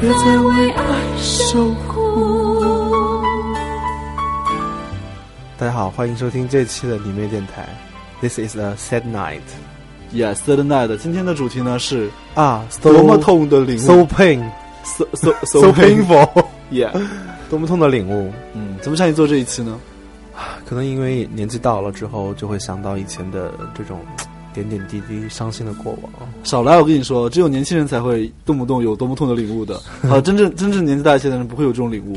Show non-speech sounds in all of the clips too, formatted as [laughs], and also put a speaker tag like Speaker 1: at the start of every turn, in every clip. Speaker 1: 别再
Speaker 2: [laughs]
Speaker 1: 为爱受苦。
Speaker 3: 大家好，欢迎收听这期的里面电台。This is a sad night
Speaker 2: Yes, Third Night。今天的主题呢是
Speaker 3: 啊，
Speaker 2: 多么痛的领悟
Speaker 3: ，so pain,
Speaker 2: so so
Speaker 3: so painful，
Speaker 2: Yeah，
Speaker 3: [laughs] 多么痛的领悟。
Speaker 2: 嗯，怎么上去做这一期呢？
Speaker 3: 可能因为年纪到了之后，就会想到以前的这种点点滴滴伤心的过往。
Speaker 2: 少来，我跟你说，只有年轻人才会动不动有多么痛的领悟 [laughs] 的。好，真正真正年纪大一些的人不会有这种领悟。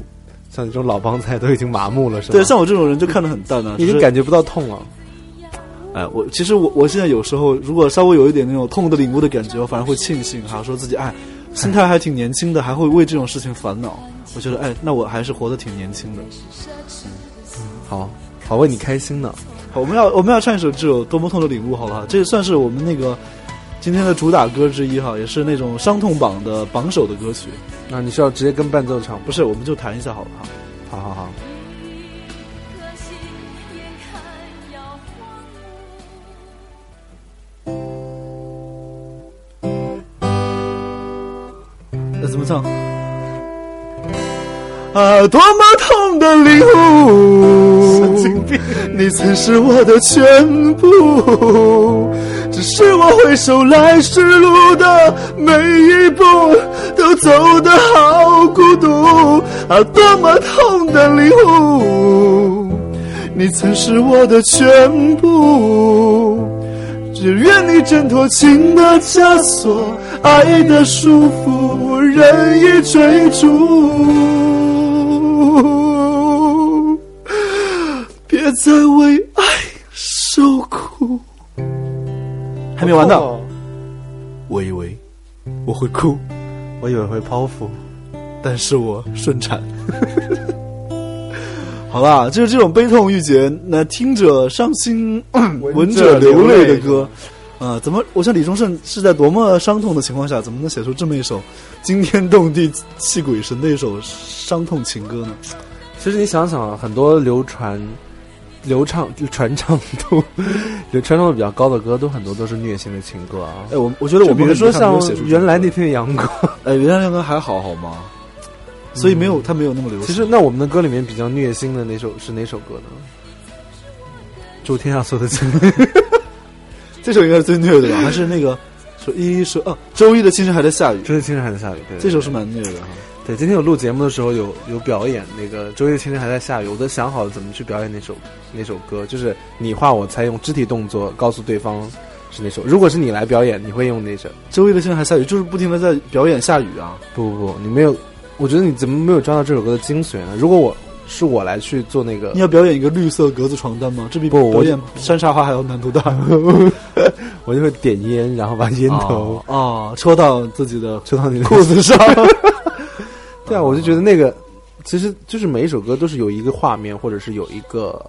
Speaker 3: 像你这种老帮菜都已经麻木了，是吧？
Speaker 2: 对，像我这种人就看得很淡啊，
Speaker 3: 已
Speaker 2: 就是
Speaker 3: 经感觉不到痛了。
Speaker 2: 哎，我其实我我现在有时候如果稍微有一点那种痛的领悟的感觉，我反而会庆幸哈，说自己哎，心态还挺年轻的，还会为这种事情烦恼。我觉得哎，那我还是活得挺年轻的。
Speaker 3: 好，好为你开心呢。
Speaker 2: 好我们要我们要唱一首只有多么痛的领悟，好不好？这算是我们那个今天的主打歌之一哈，也是那种伤痛榜的榜首的歌曲。
Speaker 3: 那你是要直接跟伴奏唱吗？
Speaker 2: 不是，我们就弹一下好了哈。
Speaker 3: 好好好，
Speaker 1: 颗心眼看要荒芜。
Speaker 2: 那怎么唱？啊，多么痛的领悟！神经病，你曾是我的全部，只是我回首来时路的每一步都走得好孤独。啊，多么痛的领悟！你曾是我的全部，只愿你挣脱情的枷锁，爱的束缚，任意追逐。别再为爱受苦。还没完呢，
Speaker 3: 哦
Speaker 2: 我以为我会哭，
Speaker 3: 我以为会剖腹。
Speaker 2: 但是我顺产。 [laughs] 好啦，就是这种悲痛欲绝，那听着伤心、闻着流泪的歌，啊、怎么？我想李宗盛是在多么伤痛的情况下，怎么能写出这么一首惊天动地、泣鬼神的一首伤痛情歌呢？
Speaker 3: 其实你想想啊，很多流传、流畅、传唱度、 [laughs] 流传唱度比较高的歌，都很多都是虐心的情歌啊。
Speaker 2: 哎，我我觉得我
Speaker 3: 就比
Speaker 2: 们
Speaker 3: 如说
Speaker 2: 看没
Speaker 3: 像
Speaker 2: 有写出这种
Speaker 3: 原来
Speaker 2: 歌
Speaker 3: 那天的阳光， [laughs]
Speaker 2: 哎，原来那歌还好好吗？所以没有，他没有那么流行。
Speaker 3: 其实那我们的歌里面比较虐心的那首是哪首歌呢？祝天下所有的情侣，
Speaker 2: 这首应该是最虐的吧？还是那个说一说哦，周一的清晨还在下雨，
Speaker 3: 真的经常还在下雨。对对
Speaker 2: 这首是蛮虐的哈。
Speaker 3: 对对，今天有录节目的时候有有表演那个周夜前天还在下雨，我都想好了怎么去表演那首那首歌，就是你画我猜，用肢体动作告诉对方是哪首。如果是你来表演，你会用哪首？
Speaker 2: 周围的现在还下雨，就是不停的在表演下雨啊。
Speaker 3: 不不不，你没有，我觉得你怎么没有抓到这首歌的精髓呢？如果我是我来去做那个
Speaker 2: 你，要表演一个绿色格子床单吗？这比
Speaker 3: 不我
Speaker 2: 表演山茶花还要难度
Speaker 3: [laughs]
Speaker 2: 大。
Speaker 3: 我就会点烟，然后把烟头
Speaker 2: 哦哦，戳到自己的
Speaker 3: 抽到你的
Speaker 2: 裤子
Speaker 3: [laughs]
Speaker 2: 上。
Speaker 3: 对啊，我就觉得那个，其实就是每一首歌都是有一个画面，或者是有一个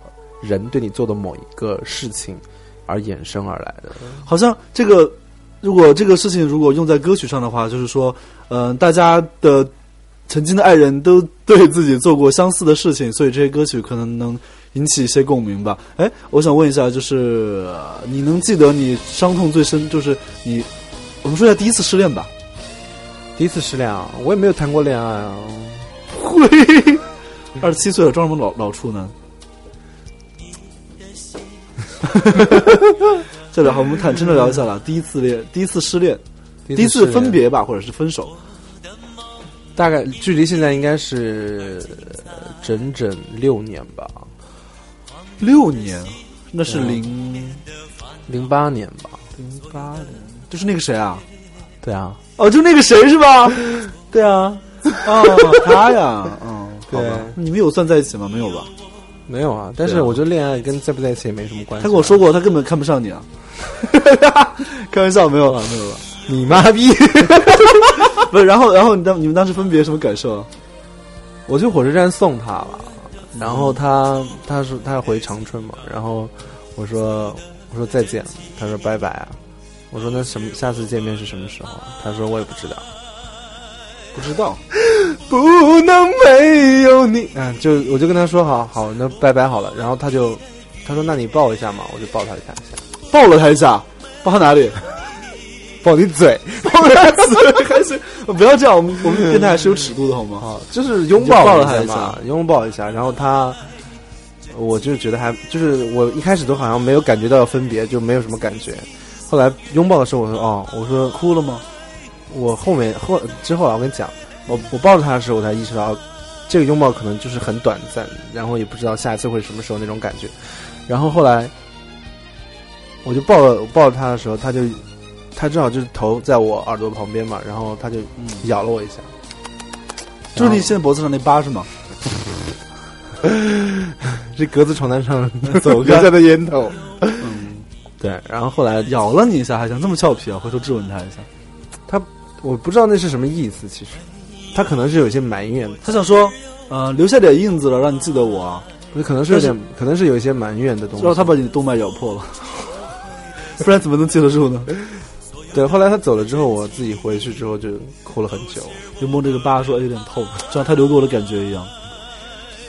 Speaker 3: 人对你做的某一个事情而衍生而来的。
Speaker 2: 好像这个，如果这个事情如果用在歌曲上的话，就是说，嗯、大家的曾经的爱人都对自己做过相似的事情，所以这些歌曲可能能引起一些共鸣吧。哎，我想问一下，就是呃你能记得你伤痛最深，就是你，我们说一下第一次失恋吧。
Speaker 3: 第一次失恋啊，我也没有谈过恋爱啊。
Speaker 2: 会，二十七岁了，装什么老老处 [laughs] 呢？这聊好，我们坦诚的聊一下了。第一次恋，第一次失恋，
Speaker 3: 第
Speaker 2: 第一次
Speaker 3: 失恋
Speaker 2: 分，别吧，或者是分手。
Speaker 3: 大概距离现在应该是呃整整六年吧，
Speaker 2: 六年，那是零
Speaker 3: 零八年吧。
Speaker 2: 零八年，就是那个谁啊？
Speaker 3: 对啊，
Speaker 2: 哦，就那个谁是吧？ [laughs] 对啊，哦，他呀，嗯，好吧
Speaker 3: 对
Speaker 2: 你们有算在一起吗？没有吧？
Speaker 3: 没有啊，但
Speaker 2: 对
Speaker 3: 是
Speaker 2: 啊
Speaker 3: 我觉得恋爱跟在不在一起也没什么关系。啊
Speaker 2: 他跟我说过，他根本看不上你 [laughs] 啊。开玩笑，没有啊了，没有了。
Speaker 3: 你妈逼，
Speaker 2: 不是，然后，然后你当你们当时分别什么感受啊？
Speaker 3: 我去火车站送他了，然后他他说他要回长春嘛，然后我说我说再见，他说拜拜啊，我说那什么下次见面是什么时候？啊他说我也不知道，
Speaker 2: 不知道。
Speaker 3: 不能没有你，嗯，就我就跟他说好好那拜拜好了，然后他就他说那你抱一下嘛，我就抱他一下，
Speaker 2: 抱了他一下，抱他 [laughs] 哪里？
Speaker 3: [laughs] 抱你嘴，
Speaker 2: 抱他死还是不要这样，我 [laughs] 们我们电台还是有尺度的好吗？
Speaker 3: 好，啊就是拥
Speaker 2: 你就抱
Speaker 3: 抱
Speaker 2: 了他一下
Speaker 3: 嘛，拥抱一下，然后他。我就觉得还就是我一开始都好像没有感觉到分别，就没有什么感觉。后来拥抱的时候，我说哦，我说
Speaker 2: 哭了吗？
Speaker 3: 我后面后之后啊，我跟你讲，我我抱着他的时候，我才意识到，啊这个拥抱可能就是很短暂，然后也不知道下一次会啊什么时候那种感觉。然后后来，我就抱了我抱着他的时候，他就他正好就是头在我耳朵旁边嘛，然后他就
Speaker 2: 嗯
Speaker 3: 咬了我一下，
Speaker 2: 就是你现在脖子上那疤是吗？
Speaker 3: 是格子床单
Speaker 2: [laughs]
Speaker 3: 上
Speaker 2: 走开
Speaker 3: 留下的烟头。
Speaker 2: 嗯，
Speaker 3: 对，然后后来
Speaker 2: 咬了你一下，还想这么俏皮啊？回头质问他一下。
Speaker 3: 我不知道那是什么意思，其实他可能是有些埋怨，
Speaker 2: 他想说，呃，留下点印子了，让你记得我啊。
Speaker 3: 不是可能是有
Speaker 2: 但是
Speaker 3: 点，可能是有一些埋怨的东西
Speaker 2: 让。他把你的动脉咬破 [laughs] 了，不然怎么能记得住呢？
Speaker 3: 对，后来他走了之后，我自己回去之后就哭了很久。
Speaker 2: 就摸这个疤说，哎，有点痛，就像他留给我的感觉一样。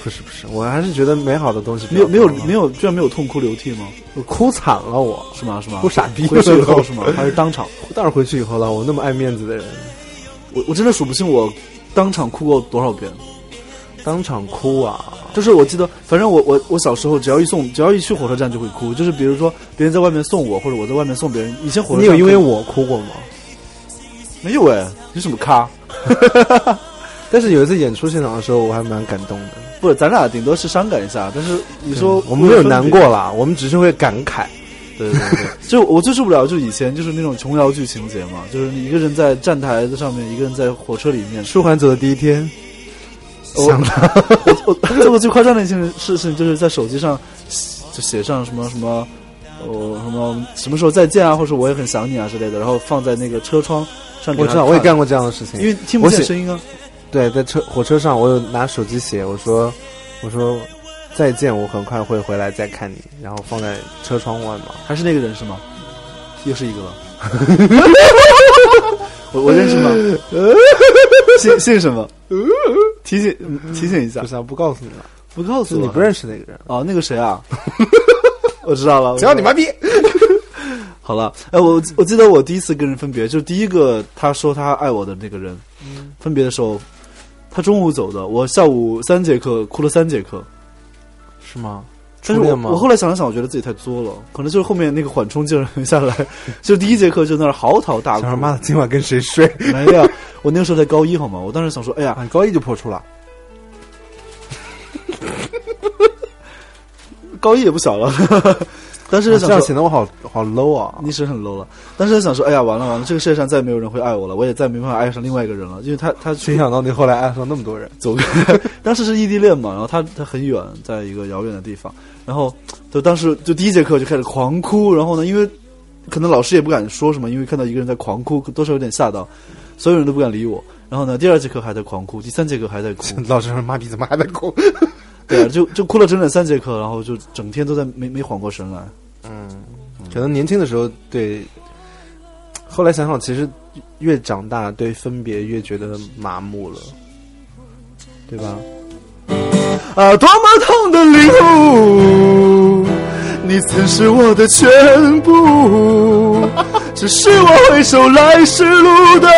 Speaker 3: 不是不是，我还是觉得美好的东西比
Speaker 2: 没
Speaker 3: 较
Speaker 2: 有没有
Speaker 3: 多啊
Speaker 2: 没有，居然没有痛哭流涕吗？
Speaker 3: 我哭惨了我，
Speaker 2: 是吗？是吗
Speaker 3: 哭？傻逼
Speaker 2: 回
Speaker 3: 了
Speaker 2: 去以后 [laughs]
Speaker 3: 都
Speaker 2: 是吗？还是当场？
Speaker 3: 当然回去以后了，我那么爱面子的人，
Speaker 2: 我我真的数不清我当场哭过多少遍。
Speaker 3: 当场哭啊！
Speaker 2: 就是我记得，反正我我我小时候只要一送，只要一去火车站就会哭。就是比如说别人在外面送我，或者我在外面送别人。以前火车
Speaker 3: 你
Speaker 2: 站
Speaker 3: 有因为
Speaker 2: 可以
Speaker 3: 我哭过吗？
Speaker 2: 没有哎？你什么咖？
Speaker 3: 但是有一次演出现场的时候，我还蛮感动的。
Speaker 2: 不，咱俩顶多是伤感一下，但是你说
Speaker 3: 我们没有难过，啦，我们只是会感慨。
Speaker 2: 对对对，就我最受不了，就以前就是那种琼瑶剧情节嘛，就是你一个人在站台子上面，一个人在火车里面。
Speaker 3: 舒缓走的第一天，
Speaker 2: 我
Speaker 3: 想他
Speaker 2: 我我做过最夸张的一件事情，就是在手机上就写上什么什么，我、什么什么时候再见啊，或者我也很想你啊之类的，然后放在那个车窗上。
Speaker 3: 我知道，我也，干过这样的事情。
Speaker 2: 因为听不
Speaker 3: 嗯我
Speaker 2: 见
Speaker 3: 写
Speaker 2: 声音啊。
Speaker 3: 对，在车火车上，我有拿手机写，我说我说再见，我很快会回来再看你，然后放在车窗外嘛。
Speaker 2: 还是那个人是吗？又是一个
Speaker 3: [laughs]
Speaker 2: 了。我我认识
Speaker 3: [laughs]
Speaker 2: 吗？姓姓什么？提醒提醒一下
Speaker 3: 不，是啊，不告诉你了，
Speaker 2: 不告
Speaker 3: 就
Speaker 2: 诉
Speaker 3: 你不认识那个人。
Speaker 2: 哦，那个谁
Speaker 3: [laughs]
Speaker 2: 啊？我知道了，我知道了
Speaker 3: 逼！
Speaker 2: 好了，哎，我我记得我第一次跟人分别，就是第一个他说他爱我的那个人，
Speaker 3: 嗯
Speaker 2: 分别的时候，他中午走的，我下午三节课哭了三节课，
Speaker 3: 是吗？
Speaker 2: 但是
Speaker 3: 初
Speaker 2: 我
Speaker 3: 恋吗
Speaker 2: 我后来想了想，我觉得自己太作了，可能就是后面那个 [laughs] 缓冲劲儿没下来，就第一节课就在那儿嚎啕大
Speaker 3: [laughs] 想说妈
Speaker 2: 哭，
Speaker 3: 的，今晚跟谁睡？
Speaker 2: 没有，我那个时候才高一好吗？我当时想说，哎呀，
Speaker 3: [laughs] 啊，你高一就破处了，
Speaker 2: 高一也不小了， [laughs] 当时
Speaker 3: 啊
Speaker 2: 就
Speaker 3: 这
Speaker 2: 想
Speaker 3: 样
Speaker 2: 说。
Speaker 3: 显得我好好 low 啊！
Speaker 2: 你是很 low 了，当时就想说，哎呀，完了完了，这个世界上再也没有人会爱我了，我也再没办法爱上另外一个人了，因为他他
Speaker 3: 谁想到你后来爱上那么多人？
Speaker 2: 走开， [laughs] 当时是异地恋嘛，然后他他很远，在一个遥远的地方，然后就当时就第一节课就开始狂哭，然后呢，因为可能老师也不敢说什么，因为看到一个人在狂哭，多少有点吓到，所有人都不敢理我。然后呢，第二节课还在狂哭，第三节课还在哭，
Speaker 3: 老师说妈逼怎么还在哭？
Speaker 2: 对、啊，就就哭了整整三节课，然后就整天都在没没缓过神来。
Speaker 3: 可能年轻的时候对，后来想想，其实越长大对分别越觉得麻木了，对吧？
Speaker 2: 啊，多么痛的领悟！你曾是我的全部，只是我回首来时路的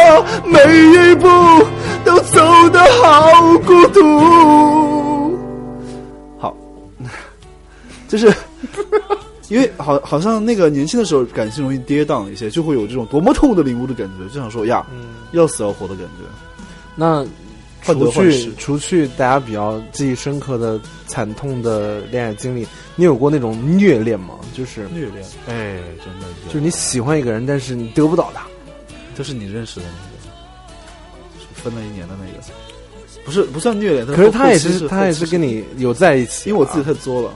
Speaker 2: 每一步都走得好孤独。好，就是因为好，好像那个年轻的时候感性容易跌宕一些，就会有这种多么痛的领悟的感觉，就想说呀，要死要活的感觉。
Speaker 3: 那
Speaker 2: 患得
Speaker 3: 除
Speaker 2: 患失
Speaker 3: 去除去大家比较记忆深刻的惨痛的恋爱经历，你有过那种虐恋吗？就是
Speaker 2: 虐恋，哎，真的有
Speaker 3: 就是你喜欢一个人，但是你得不到他，
Speaker 2: 都是你认识的那个，就是分了一年的那个，不是不算虐恋，但
Speaker 3: 可是
Speaker 2: 后
Speaker 3: 他也
Speaker 2: 期是
Speaker 3: 是他也是跟，你有在一起啊，
Speaker 2: 因为我自己太作了，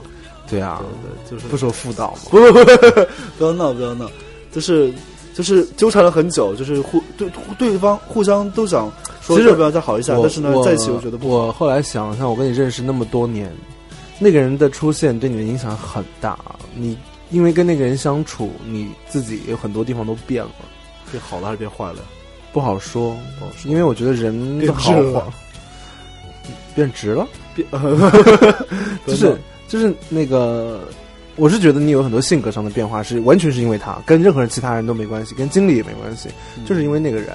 Speaker 3: 对啊
Speaker 2: 对，对，就是
Speaker 3: 不守妇道嘛。
Speaker 2: [laughs] 不不不不要闹不要闹，就是就是纠缠了很久，就是互对对方互相都想说
Speaker 3: 其实
Speaker 2: 要不要再好一下，
Speaker 3: 我
Speaker 2: 但是呢
Speaker 3: 我
Speaker 2: 在一起又觉得不
Speaker 3: 我后来想想，我跟你认识那么多年，那个人的出现对你的影响很大。你因为跟那个人相处，你自己有很多地方都变了，
Speaker 2: 变好了还是变坏了，
Speaker 3: 不好说。
Speaker 2: 不好说
Speaker 3: 因为我觉得人的
Speaker 2: 变
Speaker 3: 好
Speaker 2: 质
Speaker 3: 坏
Speaker 2: 了
Speaker 3: 变直了，
Speaker 2: 变
Speaker 3: [laughs]
Speaker 2: [laughs]
Speaker 3: 就是就是那个。我是觉得你有很多性格上的变化，是完全是因为他，跟任何人其他人都没关系，跟经历也没关系，就是因为那个人。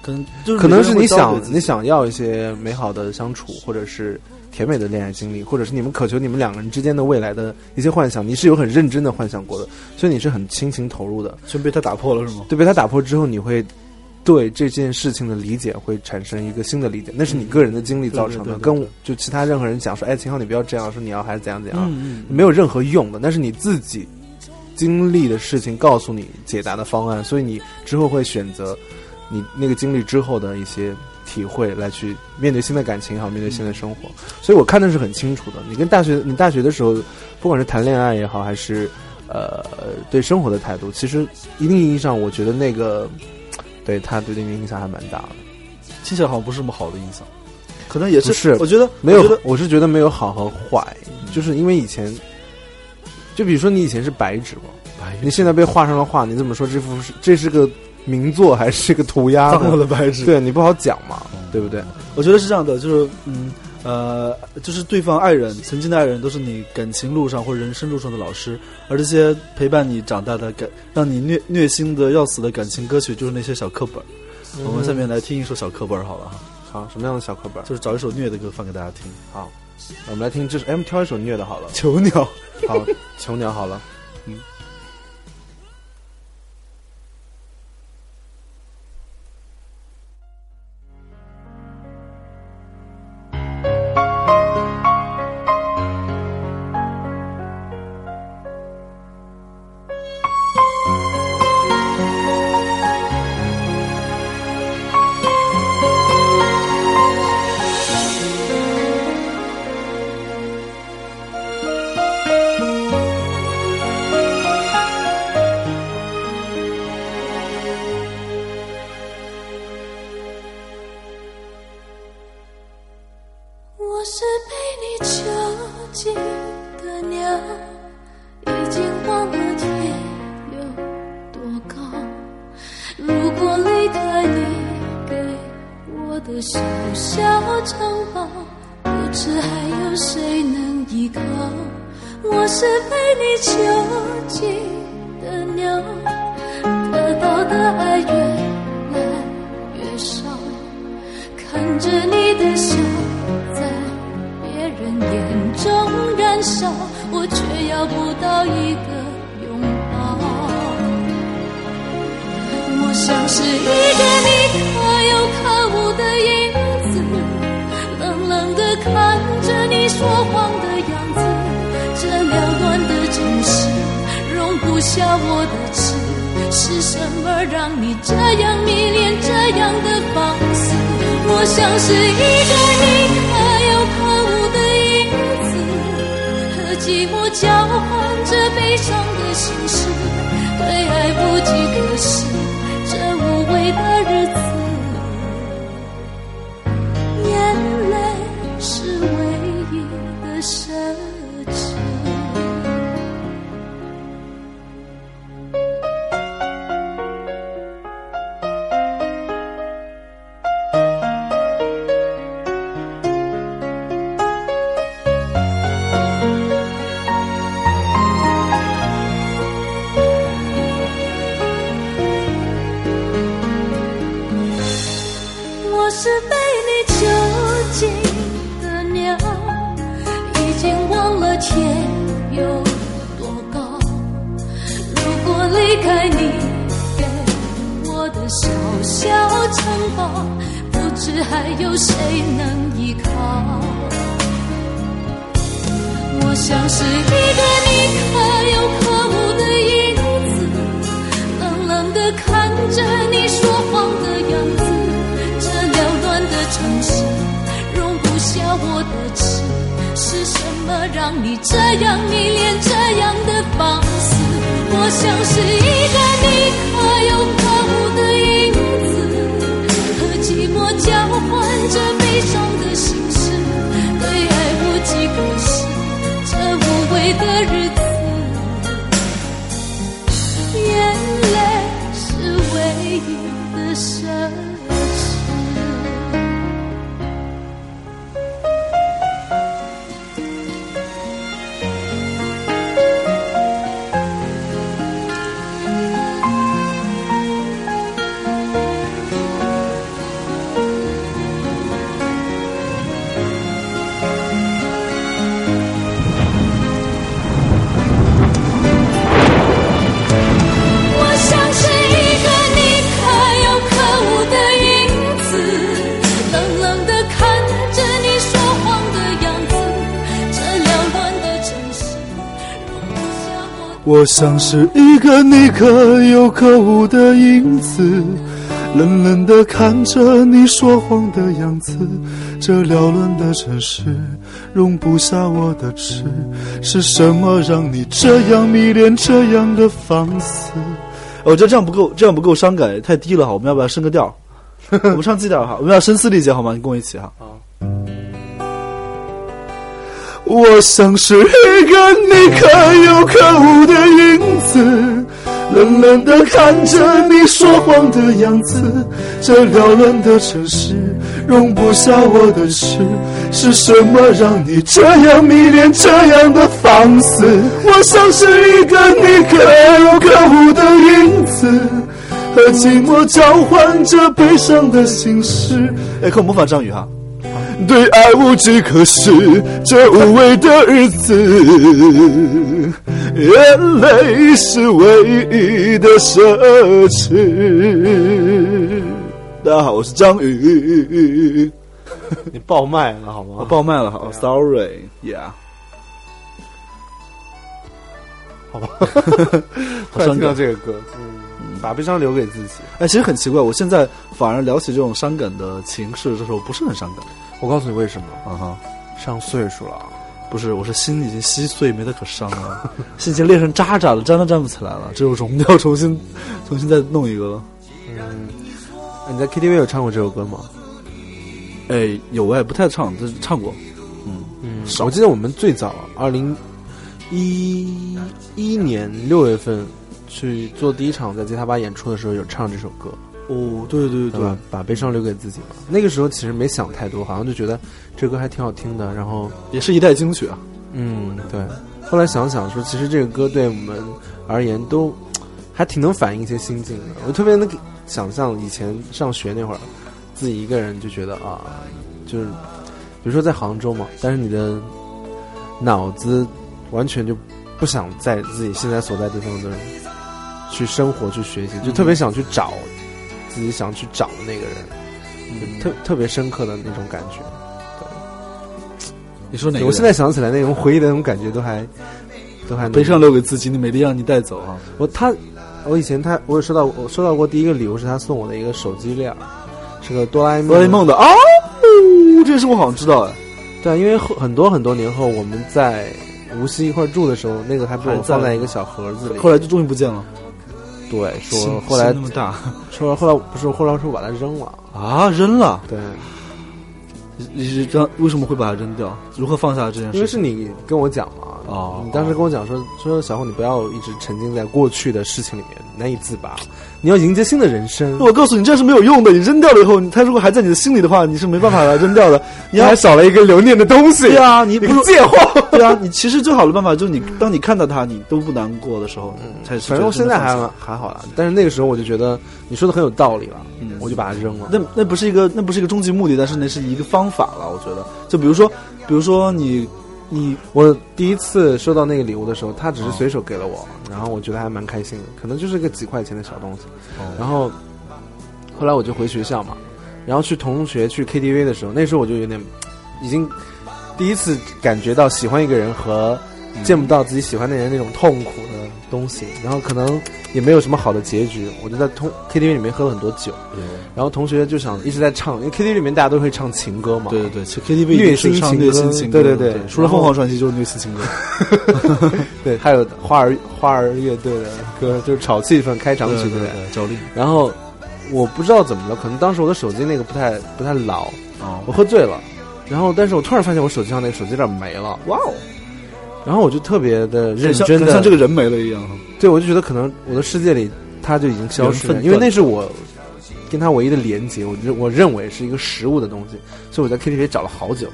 Speaker 2: 可能嗯就是
Speaker 3: 可能是你
Speaker 2: 每个人会
Speaker 3: 想
Speaker 2: 招给自己
Speaker 3: 你想要一些美好的相处，或者是甜美的恋爱经历，或者是你们渴求你们两个人之间的未来的一些幻想，你是有很认真的幻想过的，所以你是很倾情投入的。
Speaker 2: 全被他打破了是吗？
Speaker 3: 对，被他打破之后，你会对这件事情的理解会产生一个新的理解，那是你个人的经历造成的，
Speaker 2: 对对对对
Speaker 3: 跟我就其他任何人讲说，哎，秦昊你不要这样，说你要还是怎样怎样，
Speaker 2: 嗯
Speaker 3: 没有任何用的，那是你自己经历的事情告诉你解答的方案，所以你之后会选择你那个经历之后的一些体会来去面对新的感情也好，面对新的生活。所以我看的是很清楚的。你跟大学，你大学的时候，不管是谈恋爱也好，还是呃对生活的态度，其实一定意义上，我觉得那个对他对你的影响还蛮大的。
Speaker 2: 听起来好像不是什么好的印象，可能也
Speaker 3: 不是
Speaker 2: 我觉得
Speaker 3: 没
Speaker 2: 我觉
Speaker 3: 有
Speaker 2: 得，
Speaker 3: 我是觉得没有好和坏，就是因为以前，就比如说你以前是白纸嘛，你现在被画上了画，你怎么说这幅是这是个名作还是个涂鸦
Speaker 2: 脏了
Speaker 3: 呢？
Speaker 2: 的白纸，
Speaker 3: 对你不好讲嘛，对不对？
Speaker 2: 我觉得是这样的，就是嗯呃，就是对方爱人，曾经的爱人都是你感情路上或人生路上的老师，而这些陪伴你长大的感，让你虐虐心的要死的感情歌曲，就是那些小课本儿。我们下面来听一首小课本儿好了哈，
Speaker 3: 好，什么样的小课本？
Speaker 2: 就是找一首虐的歌放给大
Speaker 3: [laughs]
Speaker 2: 家听。。
Speaker 3: 好，我们来听这首，哎，我们挑一首虐的好 [laughs] 了
Speaker 2: 囚鸟，
Speaker 3: 好，囚鸟好了，
Speaker 1: 我是被你囚禁的鸟，已经忘了天有多高。如果离开你给我的小小城堡，不知还有谁能依靠。我是被你囚禁的鸟，得到的爱越来越少。看着你的笑在别人眼中燃烧，我却要不到一个拥抱。我像是一个你可有可无
Speaker 4: 后的影子，冷冷的看着你说谎的样子，这缭乱的城市容不下我的痴。是什么让你这样迷恋这样的放肆？我像是一个一可有可无的影子，和寂寞交换着悲伤的心事，对爱不计可施，这无味的日子，眼泪是唯一的奢侈。我是被你囚禁的鸟，已经忘了天有多高。如果离开你给我的小小城堡，不知还有谁能依靠。我像是一个你可有可无的影子，冷冷的看着你说谎的样子，这缭乱的城市容不下我的痴。是什么让你这样迷恋这样的放肆？我像是一个你可有可无的影子，和寂寞交换着悲伤的心事，对爱无计可施，这无味的日子。眼泪是唯一的奢侈。我像是一个你可有可无的影子，冷冷的看着你说谎的样子，这缭乱的城市容不下我的。
Speaker 5: 我像是一个你可有可无的影子，冷冷的看着你说谎的样子。这缭乱的城市容不下我的痴，是什么让你这样迷恋这样的放肆？我哦觉得这样不够，这样不够伤感，太低了哈。我们要不要升个调？ [laughs] 我们上基调哈，我们要声嘶力竭好吗？你跟我一起哈。我像是一个你可有可无的影子，冷冷的看着你说谎的样子。这缭乱的城市容不下我的痴，是什么让你这样迷恋这样的放肆？我像是一个你可有可无的影子。和寂寞交换着悲伤的心事。哎，可我模仿张宇哈。对爱无计可施，这无味的日子，眼泪是唯一的奢侈。大家好，我是张宇，
Speaker 3: 你爆麦了好
Speaker 5: 我
Speaker 3: 吗？
Speaker 5: 哦爆麦了，好，sorry，yeah， [laughs]
Speaker 3: 突然听到这个歌，嗯，把悲伤留给自己。
Speaker 5: 哎，其实很奇怪，我现在反而聊起这种伤感的情事的时候，不是很伤感。
Speaker 3: 我告诉你为什么，
Speaker 5: 啊哈，
Speaker 3: 上岁数了啊，
Speaker 5: 不是，我是心已经稀碎，没得可伤了，心已经裂成渣渣了，粘都粘不起来了，这又融掉，重新， [laughs] 重新再弄一个了。
Speaker 3: 啊你在 KTV 有唱过这首歌吗？
Speaker 5: 哎，有哎，不太唱，但是唱过。
Speaker 3: 嗯，我记得我们最早二零一一年六月份去做第一场在吉他吧演出的时候，有唱这首歌，
Speaker 5: 哦，对对
Speaker 3: 对吧？把悲伤留给自己嘛。那个时候其实没想太多，好像就觉得这歌还挺好听的，然后
Speaker 5: 也是一代金曲啊。
Speaker 3: 嗯，对。后来想想说，其实这个歌对我们而言都还挺能反映一些心境的。我特别能给想象以前上学那会儿，自己一个人就觉得啊，就是比如说在杭州嘛，但是你的脑子完全就不想在自己现在所在地方的去生活、去学习，就特别想去找自己想去找的那个人。特特别深刻的那种感觉。
Speaker 2: 你说哪个人？
Speaker 3: 我现在想起来那种回忆的那种感觉，都还都还
Speaker 2: 背上留给自己，你美丽让你带走啊！
Speaker 3: 我他，我以前他我也收到我收到过第一个礼物是他送我的一个手机链儿，是个哆啦 A 梦
Speaker 2: 哆啦 A 梦的啊，哦这个事我好像知道哎，
Speaker 3: 对，啊因为后很多很多年后我们在无锡一块儿住的时候，那个还被
Speaker 2: 还
Speaker 3: 我放
Speaker 2: 在
Speaker 3: 在一个小盒子里。
Speaker 2: 后来就终于不见了。
Speaker 3: 对，
Speaker 2: 心
Speaker 3: 说后来
Speaker 2: 心那么大
Speaker 3: 说后来不是后来说我把它扔了，
Speaker 2: 啊，扔了，
Speaker 3: 对，
Speaker 2: 你是这样为什么会把它扔掉？如何放下这件
Speaker 3: 因
Speaker 2: 事
Speaker 3: 为
Speaker 2: 情？
Speaker 3: 是你跟我讲嘛，
Speaker 2: 哦
Speaker 3: 你当时跟我讲说说小红，你不要一直沉浸在过去的事情里面难以自拔，你要迎接新的人生。
Speaker 2: 我告诉你，这样是没有用的。你扔掉了以后，你它如果还在你的心里的话，你是没办法来扔掉的。你
Speaker 3: 你还
Speaker 2: 还
Speaker 3: 少了一个留念的东西，
Speaker 2: 对啊， [laughs] 你不
Speaker 3: 你
Speaker 2: 如
Speaker 3: 个贱货。
Speaker 2: 对啊，你其实最好的办法就是你，当你看到它，你都不难过的时候，才是
Speaker 3: 反正我现在还
Speaker 2: 好。
Speaker 3: 还好啦，但是那个时候我就觉得你说的很有道理了，
Speaker 2: 嗯
Speaker 3: 我就把它扔了。
Speaker 2: 那那不是一个，那不是一个终极目的，但是那是一个方法了。我觉得，就比如说，比如说你你
Speaker 3: 我第一次收到那个礼物的时候，他只是随手给了我，然后我觉得还蛮开心的，可能就是个几块钱的小东西。然后后来我就回学校嘛，然后去同学去 KTV 的时候，那时候我就有点已经第一次感觉到喜欢一个人和见不到自己喜欢的人那种痛苦的东西，然后可能也没有什么好的结局，我就在通 KTV 里面喝了很多酒，然后同学就想一直在唱，因为 KTV 里面大家都会唱情歌嘛，
Speaker 2: 对对对，去 KTV
Speaker 3: 虐
Speaker 2: 一定是
Speaker 3: 心
Speaker 2: 唱
Speaker 3: 情
Speaker 2: 虐
Speaker 3: 歌
Speaker 2: 心情
Speaker 3: 对
Speaker 2: 歌
Speaker 3: 对对
Speaker 2: 的对，除了
Speaker 3: 然后
Speaker 2: 凤凰传奇就是虐心情歌。
Speaker 3: 对，还有花儿花儿乐队的歌，就是炒气氛开场曲
Speaker 2: 对对，赵丽。
Speaker 3: 然后我不知道怎么了，可能当时我的手机那个不太不太牢，
Speaker 2: 哦
Speaker 3: 我喝醉了，然后但是我突然发现我手机上那个手机链没了，
Speaker 2: 哇哦，
Speaker 3: 然后我就特别的认
Speaker 2: 像
Speaker 3: 真的，
Speaker 2: 像这个人没了一样。
Speaker 3: 对我就觉得可能我的世界里它就已经消失
Speaker 2: 缘
Speaker 3: 了，
Speaker 2: 分
Speaker 3: 因为那是我跟它唯一的连接，我认我认为是一个实物的东西，所以我在 KTV 找了好久，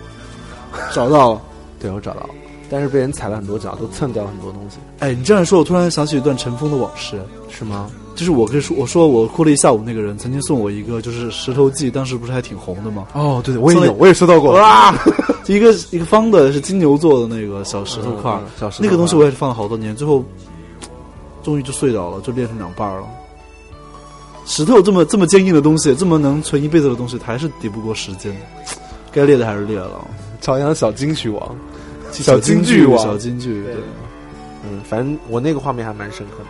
Speaker 2: 找到了。
Speaker 3: [laughs] 对我找到了，但是被人踩了很多脚，都蹭掉了很多东西，
Speaker 2: 哎，你这样说，我突然想起一段尘封的往事。
Speaker 3: 是吗？
Speaker 2: 就是我跟说，我说我哭了一下午，那个人曾经送我一个，就是石头记，当时不是还挺红的吗？
Speaker 3: 哦，对对，我也
Speaker 2: 所以
Speaker 3: 有，我也收到过，
Speaker 2: 哇，就一个一个方的，是金牛座的那个小石头块儿
Speaker 3: 嗯嗯，小石头块儿
Speaker 2: 那个东西我也是放了好多年，最后终于就碎掉了，就裂成两半儿了。石头这么这么坚硬的东西，这么能存一辈子的东西，它还是抵不过时间，该裂的还是裂了。
Speaker 3: 朝阳小金曲王。
Speaker 2: 小
Speaker 3: 金句
Speaker 2: 句，
Speaker 3: 王
Speaker 2: 小金句，对，
Speaker 3: 嗯，反正我那个画面还蛮深刻的。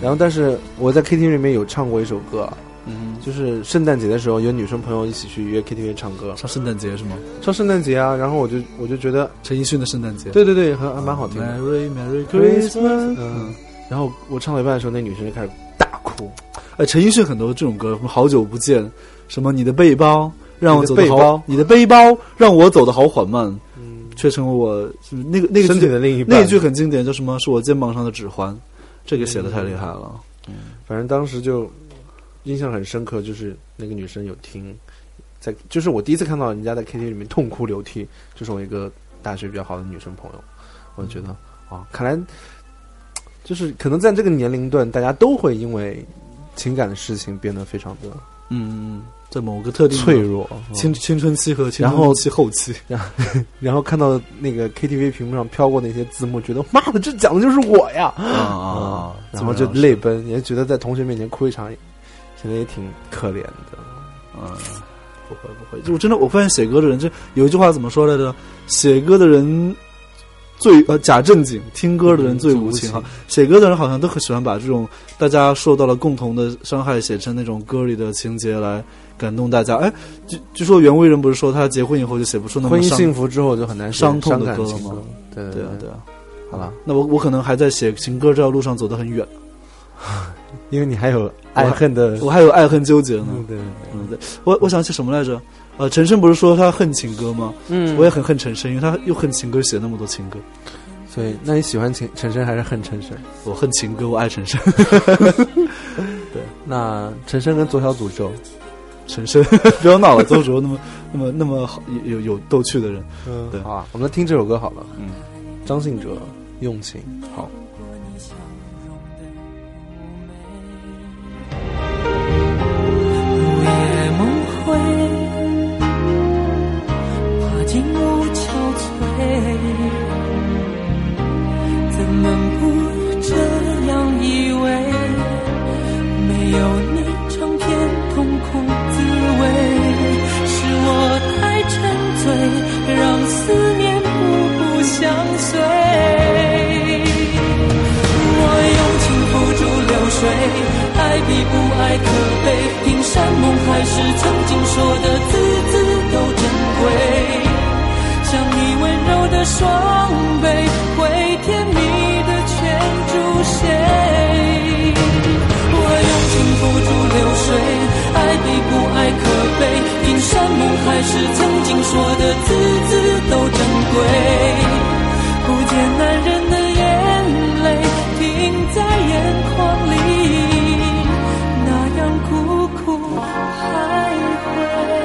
Speaker 3: 然后，但是我在 KTV 里面有唱过一首歌，
Speaker 2: 嗯，
Speaker 3: 就是圣诞节的时候，有女生朋友一起去约 KTV 唱歌，
Speaker 2: 上圣诞节是吗？
Speaker 3: 唱圣诞节啊。然后我就我就觉得，
Speaker 2: 陈奕迅的圣诞节，
Speaker 3: 对对对，还还蛮好听的。
Speaker 2: ，Merry Merry Christmas，
Speaker 3: 嗯，然后我唱到一半的时候，那女生就开始大哭，
Speaker 2: 呃，陈奕迅很多这种歌，什么好久不见，什么你的背包让我走得
Speaker 3: 你的
Speaker 2: 好，
Speaker 3: 背包嗯
Speaker 2: 你的背包让我走得好缓慢，却成为我是那个那个
Speaker 3: 身体
Speaker 2: 句
Speaker 3: 的另一半。
Speaker 2: 那一句，很经典，叫什么？是我肩膀上的指环。这个写的
Speaker 3: 嗯
Speaker 2: 太厉害了，
Speaker 3: 反正当时就印象很深刻，就是那个女生有听，在就是我第一次看到人家在 KTV 里面痛哭流涕，就是我一个大学比较好的女生朋友，我就觉得啊，看来就是可能在这个年龄段，大家都会因为情感的事情变得非常的
Speaker 2: 嗯，在某个特定的
Speaker 3: 脆弱。
Speaker 2: 青青春期和青
Speaker 3: 然后
Speaker 2: 春期后
Speaker 3: [laughs]
Speaker 2: 期，
Speaker 3: 然后看到那个 KTV 屏幕上飘过那些字幕，觉得妈的，这讲的就是我呀！
Speaker 2: 啊啊，
Speaker 3: 嗯然后就泪奔，也觉得在同学面前哭一场，显得也挺可怜的。
Speaker 2: 嗯，不会不会，就我真的我发现写歌的人，这有一句话怎么说来着？写歌的人最呃假正经，听歌的人最无情哈。写歌的人好像都很喜欢把这种大家受到了共同的伤害写成那种歌里的情节来感动大家。哎，据据说袁惟仁不是说他结婚以后就写不出那么
Speaker 3: 婚姻
Speaker 2: 伤
Speaker 3: 幸福之后就很难写
Speaker 2: 伤痛的
Speaker 3: 感
Speaker 2: 歌
Speaker 3: 情
Speaker 2: 吗
Speaker 3: 歌？对
Speaker 2: 对啊对啊。
Speaker 3: 好了，
Speaker 2: 那我我可能还在写情歌这条路上走得很远，
Speaker 3: 因为你还有爱恨的，
Speaker 2: 我还有爱恨纠结呢。
Speaker 3: 嗯对，
Speaker 2: 嗯，对，我我想起什么来着？呃，陈升不是说他恨情歌吗？
Speaker 3: 嗯
Speaker 2: 我也很恨陈升，因为他又恨情歌，写那么多情歌。
Speaker 3: 所以那你喜欢陈陈升还是恨陈升？
Speaker 2: 我恨情歌，我爱陈升。 [laughs]
Speaker 3: 那陈升跟左小诅咒，
Speaker 2: 陈升，不要闹了，邹卓那么那么那么好，有有有逗趣的人。
Speaker 3: 嗯
Speaker 2: 对
Speaker 3: 好啊，我们来听这首歌好了，
Speaker 2: 嗯，
Speaker 3: 张信哲《用情》。
Speaker 4: 午夜梦回，怕景物憔悴，怎能不这样以为？没有你，唱片痛苦滋味。
Speaker 6: 可悲，映山盟海誓，曾经说的字字都珍贵。像你温柔的双臂，会甜蜜的圈住谁？我用情付诸流水，爱比不爱可悲。映山盟海誓，曾经说的字字都珍贵。不见男人的眼泪停在眼眶里，那样苦苦徘徊。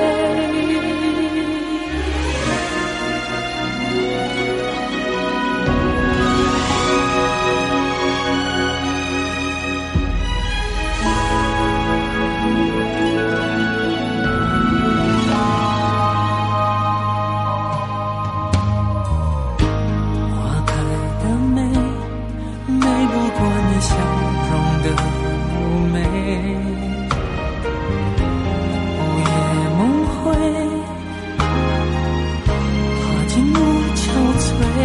Speaker 6: 花开的美，美不过你笑容的妩媚。午夜梦回，怕进入憔悴，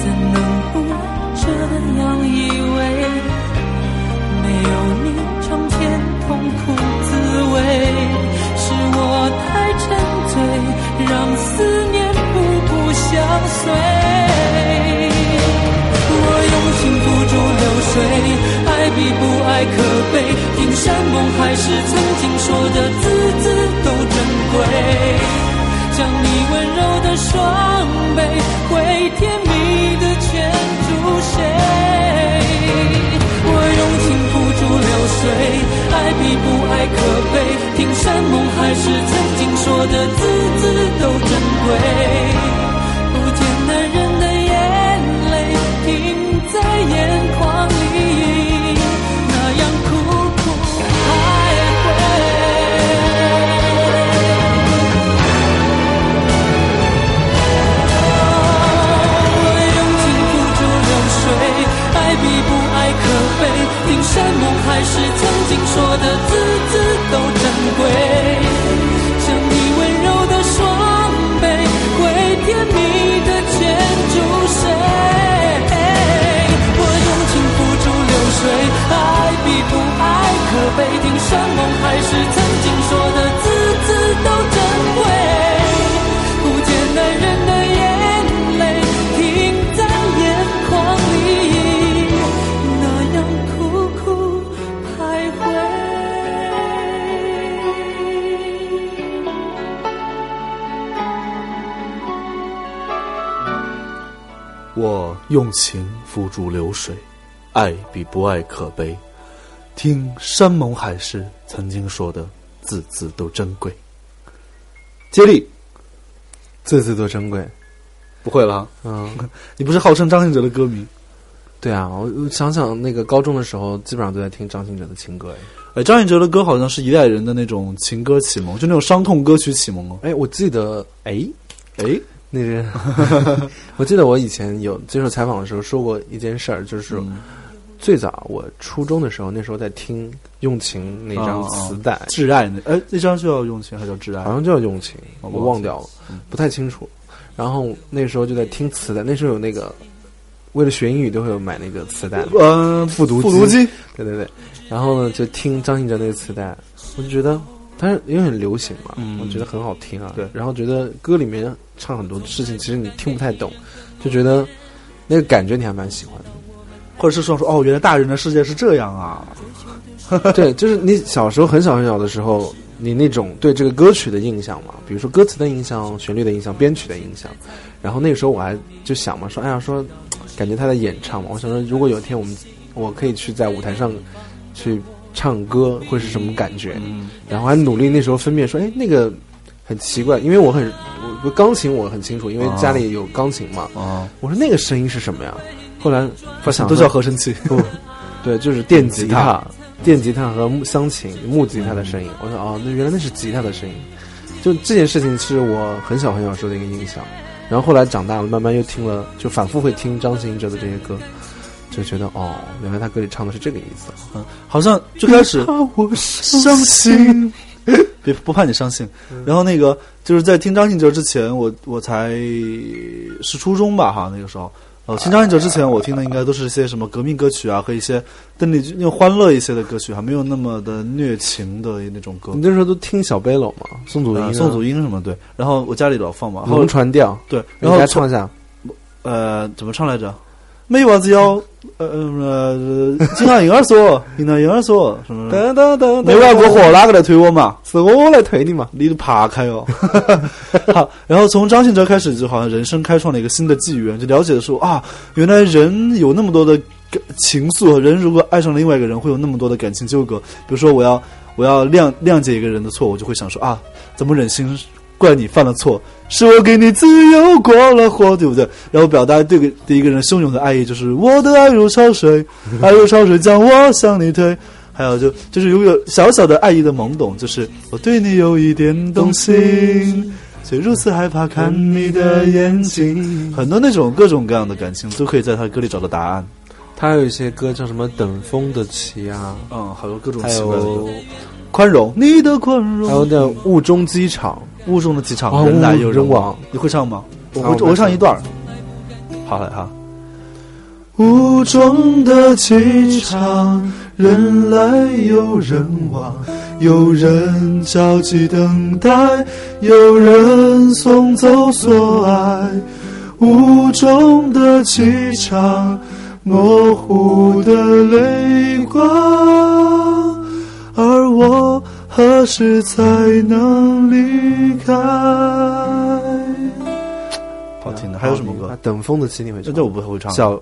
Speaker 6: 怎能不这样以为？没有你尝遍痛苦滋味，是我太沉醉，让思念步步相随。我用情付诸流水，爱比不爱可悲。映山盟海誓，曾经说的字字都珍贵。将你温柔的双臂，会甜蜜的圈住谁？我用情付诸流水，爱比不爱可悲。映山盟海誓，曾经说的字字都珍贵。不见男人的眼泪停在眼眶里，那样苦苦徘徊。用情付诸流水，爱比不爱可悲。映山盟海誓，曾经说的字字都珍贵。像你温柔的双臂，会甜蜜的牵住谁？我用情付诸流水，爱比不爱可悲。映山盟海誓，曾经说的字字都珍贵。不见男人的眼泪停在眼眶里，那样苦苦徘徊。
Speaker 2: 我用情付诸流水，爱比不爱可悲。听山盟海誓曾经说的，字字都珍贵。接力
Speaker 3: 字字都珍贵。
Speaker 2: 不会了啊，
Speaker 3: 嗯，
Speaker 2: 你不是号称张信哲的歌迷？
Speaker 3: 对啊，我我想想那个高中的时候，基本上都在听张信哲的情歌。
Speaker 2: 哎，张信哲的歌好像是一代人的那种情歌启蒙，就那种伤痛歌曲启蒙哦。
Speaker 3: 哎，哎我记得，哎，
Speaker 2: 哎，
Speaker 3: 那个，
Speaker 2: [laughs]
Speaker 3: 我记得我以前有接受采访的时候说过一件事儿，就是
Speaker 2: 嗯
Speaker 3: 最早我初中的时候，那时候在听《用情》那张磁带，
Speaker 2: 挚爱那哎，那张是叫用情还是叫挚
Speaker 3: 好
Speaker 2: 爱？
Speaker 3: 像叫《用情》，
Speaker 2: 哦
Speaker 3: 我
Speaker 2: 忘
Speaker 3: 忘
Speaker 2: 记了
Speaker 3: 掉了
Speaker 2: 嗯，
Speaker 3: 不太清楚。然后那时候就在听磁带，那时候有那个为了学英语都会有买那个磁带嘛，
Speaker 2: 嗯，复
Speaker 3: 呃读
Speaker 2: 复
Speaker 3: 机
Speaker 2: 读机，
Speaker 3: 对对对。然后呢，就听张信哲那个磁带，我就觉得，但是因为很流行嘛，
Speaker 2: 嗯
Speaker 3: 我觉得很好听啊。
Speaker 2: 对
Speaker 3: 然后觉得歌里面唱很多事情，其实你听不太懂，就觉得那个感觉你还蛮喜欢的。
Speaker 2: 或者是说说哦，原来大人的世界是这样啊。
Speaker 3: [laughs] 对，就是你小时候很小很小的时候，你那种对这个歌曲的印象嘛，比如说歌词的印象、旋律的印象、编曲的印象。然后那个时候我还就想嘛，说哎呀，说感觉他在演唱嘛，我想说如果有一天我们我可以去在舞台上去唱歌，会是什么感觉？
Speaker 2: 嗯
Speaker 3: 然后还努力那时候分辨说，哎，那个很奇怪，因为我很我我钢琴我很清楚，因为家里有钢琴嘛。
Speaker 2: 啊，
Speaker 3: 我说那个声音是什么呀？后来发现
Speaker 2: 都叫合成器。
Speaker 3: [laughs] 不，对，就是电吉
Speaker 2: 吉他
Speaker 3: 他、电吉他和木香琴、木吉他的声音。我说哦，那原来那是吉他的声音。就这件事情是我很小很小时候的一个印象，然后后来长大了，慢慢又听了，就反复会听张信哲的这些歌，就觉得哦，原来他歌里唱的是这个意思。
Speaker 2: 啊嗯好像最开始
Speaker 3: 啊，我是
Speaker 2: 伤心， [laughs] 嗯别不怕你伤心。然后那个就是在听张信哲之前，我我才是初中吧，哈，那个时候哦，新张信哲之前我听的应该都是一些什么革命歌曲啊，和一些邓丽君那种欢乐一些的歌曲，还没有那么的虐情的那种歌
Speaker 3: 你。那时候都听小贝楼嘛，宋祖英啊、
Speaker 2: 呃宋祖英什么对，然后我家里老放嘛，然后
Speaker 3: 龙船调，
Speaker 2: 对，然
Speaker 3: 你给
Speaker 2: 后
Speaker 3: 大家
Speaker 2: 从
Speaker 3: 唱一下。
Speaker 2: 呃怎么唱来着？ [laughs] 妹娃子腰，呃呃，呃金项银儿锁， [laughs] 银儿银儿锁，什么什么？
Speaker 3: 噔噔噔，
Speaker 2: 嗯没外国货，哪个来推我嘛？
Speaker 3: 是我来推你嘛？
Speaker 2: [laughs] 你都爬开哦。 [laughs] 好，然后从张信哲开始，就好像人生开创了一个新的纪元，就了解的时候啊，原来人有那么多的感情愫，人如果爱上另外一个人，会有那么多的感情纠葛。比如说，我要我要谅谅解一个人的错，我就会想说啊，怎么忍心怪你犯了错？是我给你自由过了火，对不对？然后表达对个对一个人汹涌的爱意，就是我的爱如潮水，爱如潮水将我向你推。还有就就是有有小小的爱意的懵懂，就是我对你有一点动心，却如此害怕看你的眼睛。很多那种各种各样的感情都可以在他歌里找到答案。
Speaker 3: 他有一些歌叫什么《等风的旗》啊，
Speaker 2: 嗯，好多各种
Speaker 3: 还
Speaker 2: 奇怪的歌
Speaker 3: 有
Speaker 2: 宽容，你的宽容，
Speaker 3: 还有那《雾中机场
Speaker 2: 雾中的机场，
Speaker 3: 哦
Speaker 2: 人来
Speaker 3: 雾
Speaker 2: 又
Speaker 3: 人往
Speaker 2: 往。你会唱吗？我
Speaker 3: 啊我
Speaker 2: 我
Speaker 3: 会
Speaker 2: 我唱
Speaker 3: 唱
Speaker 2: 一段儿。好嘞哈。雾中的机场，人来又人往，有人焦急等待，有人送走所爱。雾中的机场，模糊的泪光，而我何时才能离开？好》听的，还有什么
Speaker 3: 啊
Speaker 2: 歌？？
Speaker 3: 等风的旗你会
Speaker 2: 这
Speaker 3: 唱？
Speaker 2: 这我不会唱。
Speaker 3: 小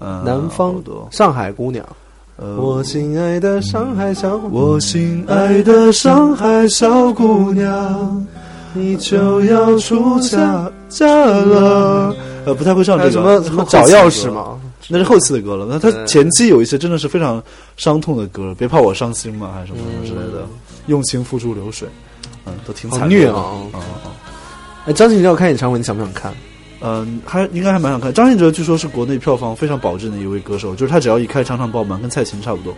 Speaker 2: 嗯
Speaker 3: 南
Speaker 2: 好
Speaker 3: 方
Speaker 2: 多。
Speaker 3: 上海姑娘，
Speaker 2: 呃
Speaker 3: 我心爱的上海小姑娘，
Speaker 2: 我心爱的上海小姑娘，
Speaker 3: 你
Speaker 2: 就要出嫁嫁了。呃，不太会唱
Speaker 3: 还
Speaker 2: 这
Speaker 3: 有
Speaker 2: 个。
Speaker 3: 什么什么找钥匙？嘛？
Speaker 2: 那是后期的歌了。那他
Speaker 3: 嗯
Speaker 2: 前期有一些真的是非常伤痛的歌，别怕我伤心嘛，还是什么什么之类的。用情付诸流水，嗯，都挺
Speaker 3: 嗯好
Speaker 2: 惨
Speaker 3: 虐
Speaker 2: 烈的
Speaker 3: 啊
Speaker 2: 嗯嗯嗯
Speaker 3: 哎，张信哲要开演唱会，你想不想看？
Speaker 2: 嗯，还应该还蛮想看。张信哲据说是国内票房非常保证的一位歌手，就是他只要一开场场爆满，跟蔡琴差不多，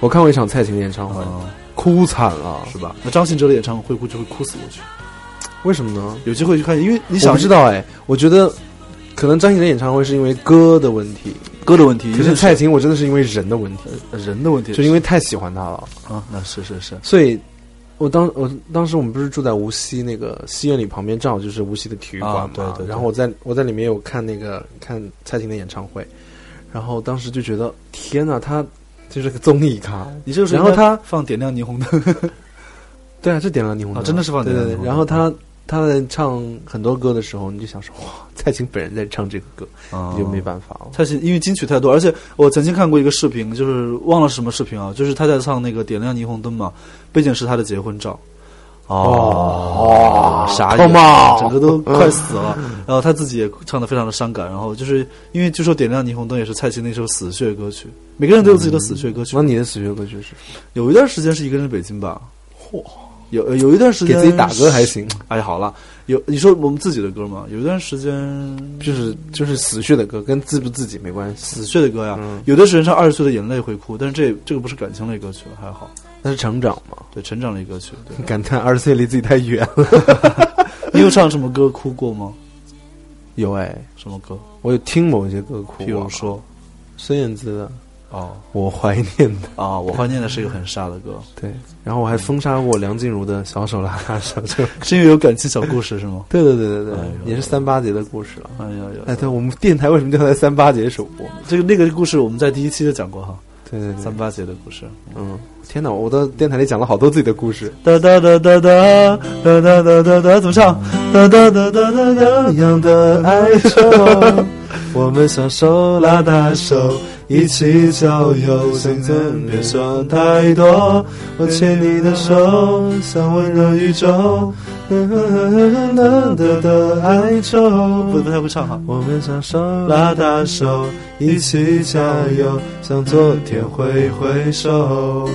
Speaker 3: 我看过一场蔡琴的演唱会，
Speaker 2: 嗯，
Speaker 3: 哭惨了，
Speaker 2: 是吧？那张信哲的演唱会估计会哭死我去。
Speaker 3: 为什么呢？
Speaker 2: 有机会去看，因为你
Speaker 3: 我
Speaker 2: 想
Speaker 3: 不知道哎，我觉得可能张信哲演唱会是因为歌的问题，
Speaker 2: 歌的问题，
Speaker 3: 可
Speaker 2: 一
Speaker 3: 是
Speaker 2: 个
Speaker 3: 蔡琴我真的是因为人的问题，
Speaker 2: 人的问题，
Speaker 3: 就因为太喜欢他了，
Speaker 2: 啊，那是是是，
Speaker 3: 所以。我当我当时我们不是住在无锡那个西院里旁边，正好就是无锡的体育馆嘛。
Speaker 2: 啊对对对
Speaker 3: 然后我在我在里面有看那个看蔡琴的演唱会，然后当时就觉得天呐，他就是个综艺咖。
Speaker 2: 你这个时候
Speaker 3: 然后
Speaker 2: 应该
Speaker 3: 他
Speaker 2: 放点亮霓虹灯，
Speaker 3: 对啊，这点了霓虹灯、
Speaker 2: 啊真的是放
Speaker 3: 对
Speaker 2: 点
Speaker 3: 对
Speaker 2: 亮霓
Speaker 3: 对
Speaker 2: 虹。灯
Speaker 3: 然后他他在唱很多歌的时候，你就想说哇，蔡琴本人在唱这个歌，你就没
Speaker 2: 法。
Speaker 3: 办法了。
Speaker 2: 他是因为金曲太多，而且我曾经看过一个视频，就是忘了是什么视频啊，就是他在唱那个《点亮霓虹灯》嘛，背景是他的结婚照。
Speaker 3: 哦
Speaker 2: 傻眼
Speaker 3: Come
Speaker 2: 了，
Speaker 3: on
Speaker 2: 整个都快死了。然后他自己也唱的非常的伤感，然后就是因为据说《点亮霓虹灯》也是蔡琴那首死穴歌曲，每个人都有自己的死穴歌曲
Speaker 3: 那。你的死穴歌曲是
Speaker 2: 有一段时间是一个人在北京吧，嚯，有有一段时
Speaker 3: 给
Speaker 2: 间
Speaker 3: 自己打歌还行，
Speaker 2: 哎，好了，有你说我们自己的歌吗？有一段时间
Speaker 3: 就是就是死穴的歌，跟自不自己没关系，
Speaker 2: 死去的歌呀，
Speaker 3: 嗯
Speaker 2: 有的时候唱《二十岁的眼泪》会哭，但是这这个不是感情类歌曲了，还好，
Speaker 3: 那是成长嘛。
Speaker 2: 对成长类歌曲。
Speaker 3: [laughs]
Speaker 2: 对，
Speaker 3: 感叹二十岁离自己太远了。
Speaker 2: 你有唱什么歌哭过吗？
Speaker 3: 有哎，
Speaker 2: 什么歌？
Speaker 3: 我有听某些歌哭
Speaker 2: 譬如
Speaker 3: 过
Speaker 2: 说，
Speaker 3: 孙燕姿的《
Speaker 2: 哦
Speaker 3: 我啊怀念的》，
Speaker 2: 啊，我怀念的是一个很傻的歌，
Speaker 3: 对，然后我还封杀过梁静茹的《小手拉拉手》这首歌。
Speaker 2: 是因为有感情小故事是
Speaker 3: [laughs]
Speaker 2: 吗？
Speaker 3: 对对对对
Speaker 2: 哎
Speaker 3: 对
Speaker 2: 呦，
Speaker 3: 也是三八节的故事了。
Speaker 2: 哎呀呀
Speaker 3: 哎，，对，我们电台为什么叫它三八节首播？
Speaker 2: 这个那个故事我们在第一期就讲过哈，
Speaker 3: 对对对
Speaker 2: 三，八节的故事。
Speaker 3: 嗯，天哪，我的电台里讲了好多自己的故事。
Speaker 2: 哒哒哒哒哒哒哒哒哒哒，怎么唱？哒哒哒哒哒哒，一样的爱愁。
Speaker 3: 我们小手
Speaker 2: 手
Speaker 3: 拉
Speaker 2: 拉
Speaker 3: 大
Speaker 2: 大
Speaker 3: 手
Speaker 2: 手，，一起郊游，现在别想太多。我牵你的手，像温热宇宙，的的的哀愁。不不太会唱哈。
Speaker 3: 我们小手
Speaker 2: 拉
Speaker 3: 拉大
Speaker 2: 大手，一起郊游，像昨天挥挥手。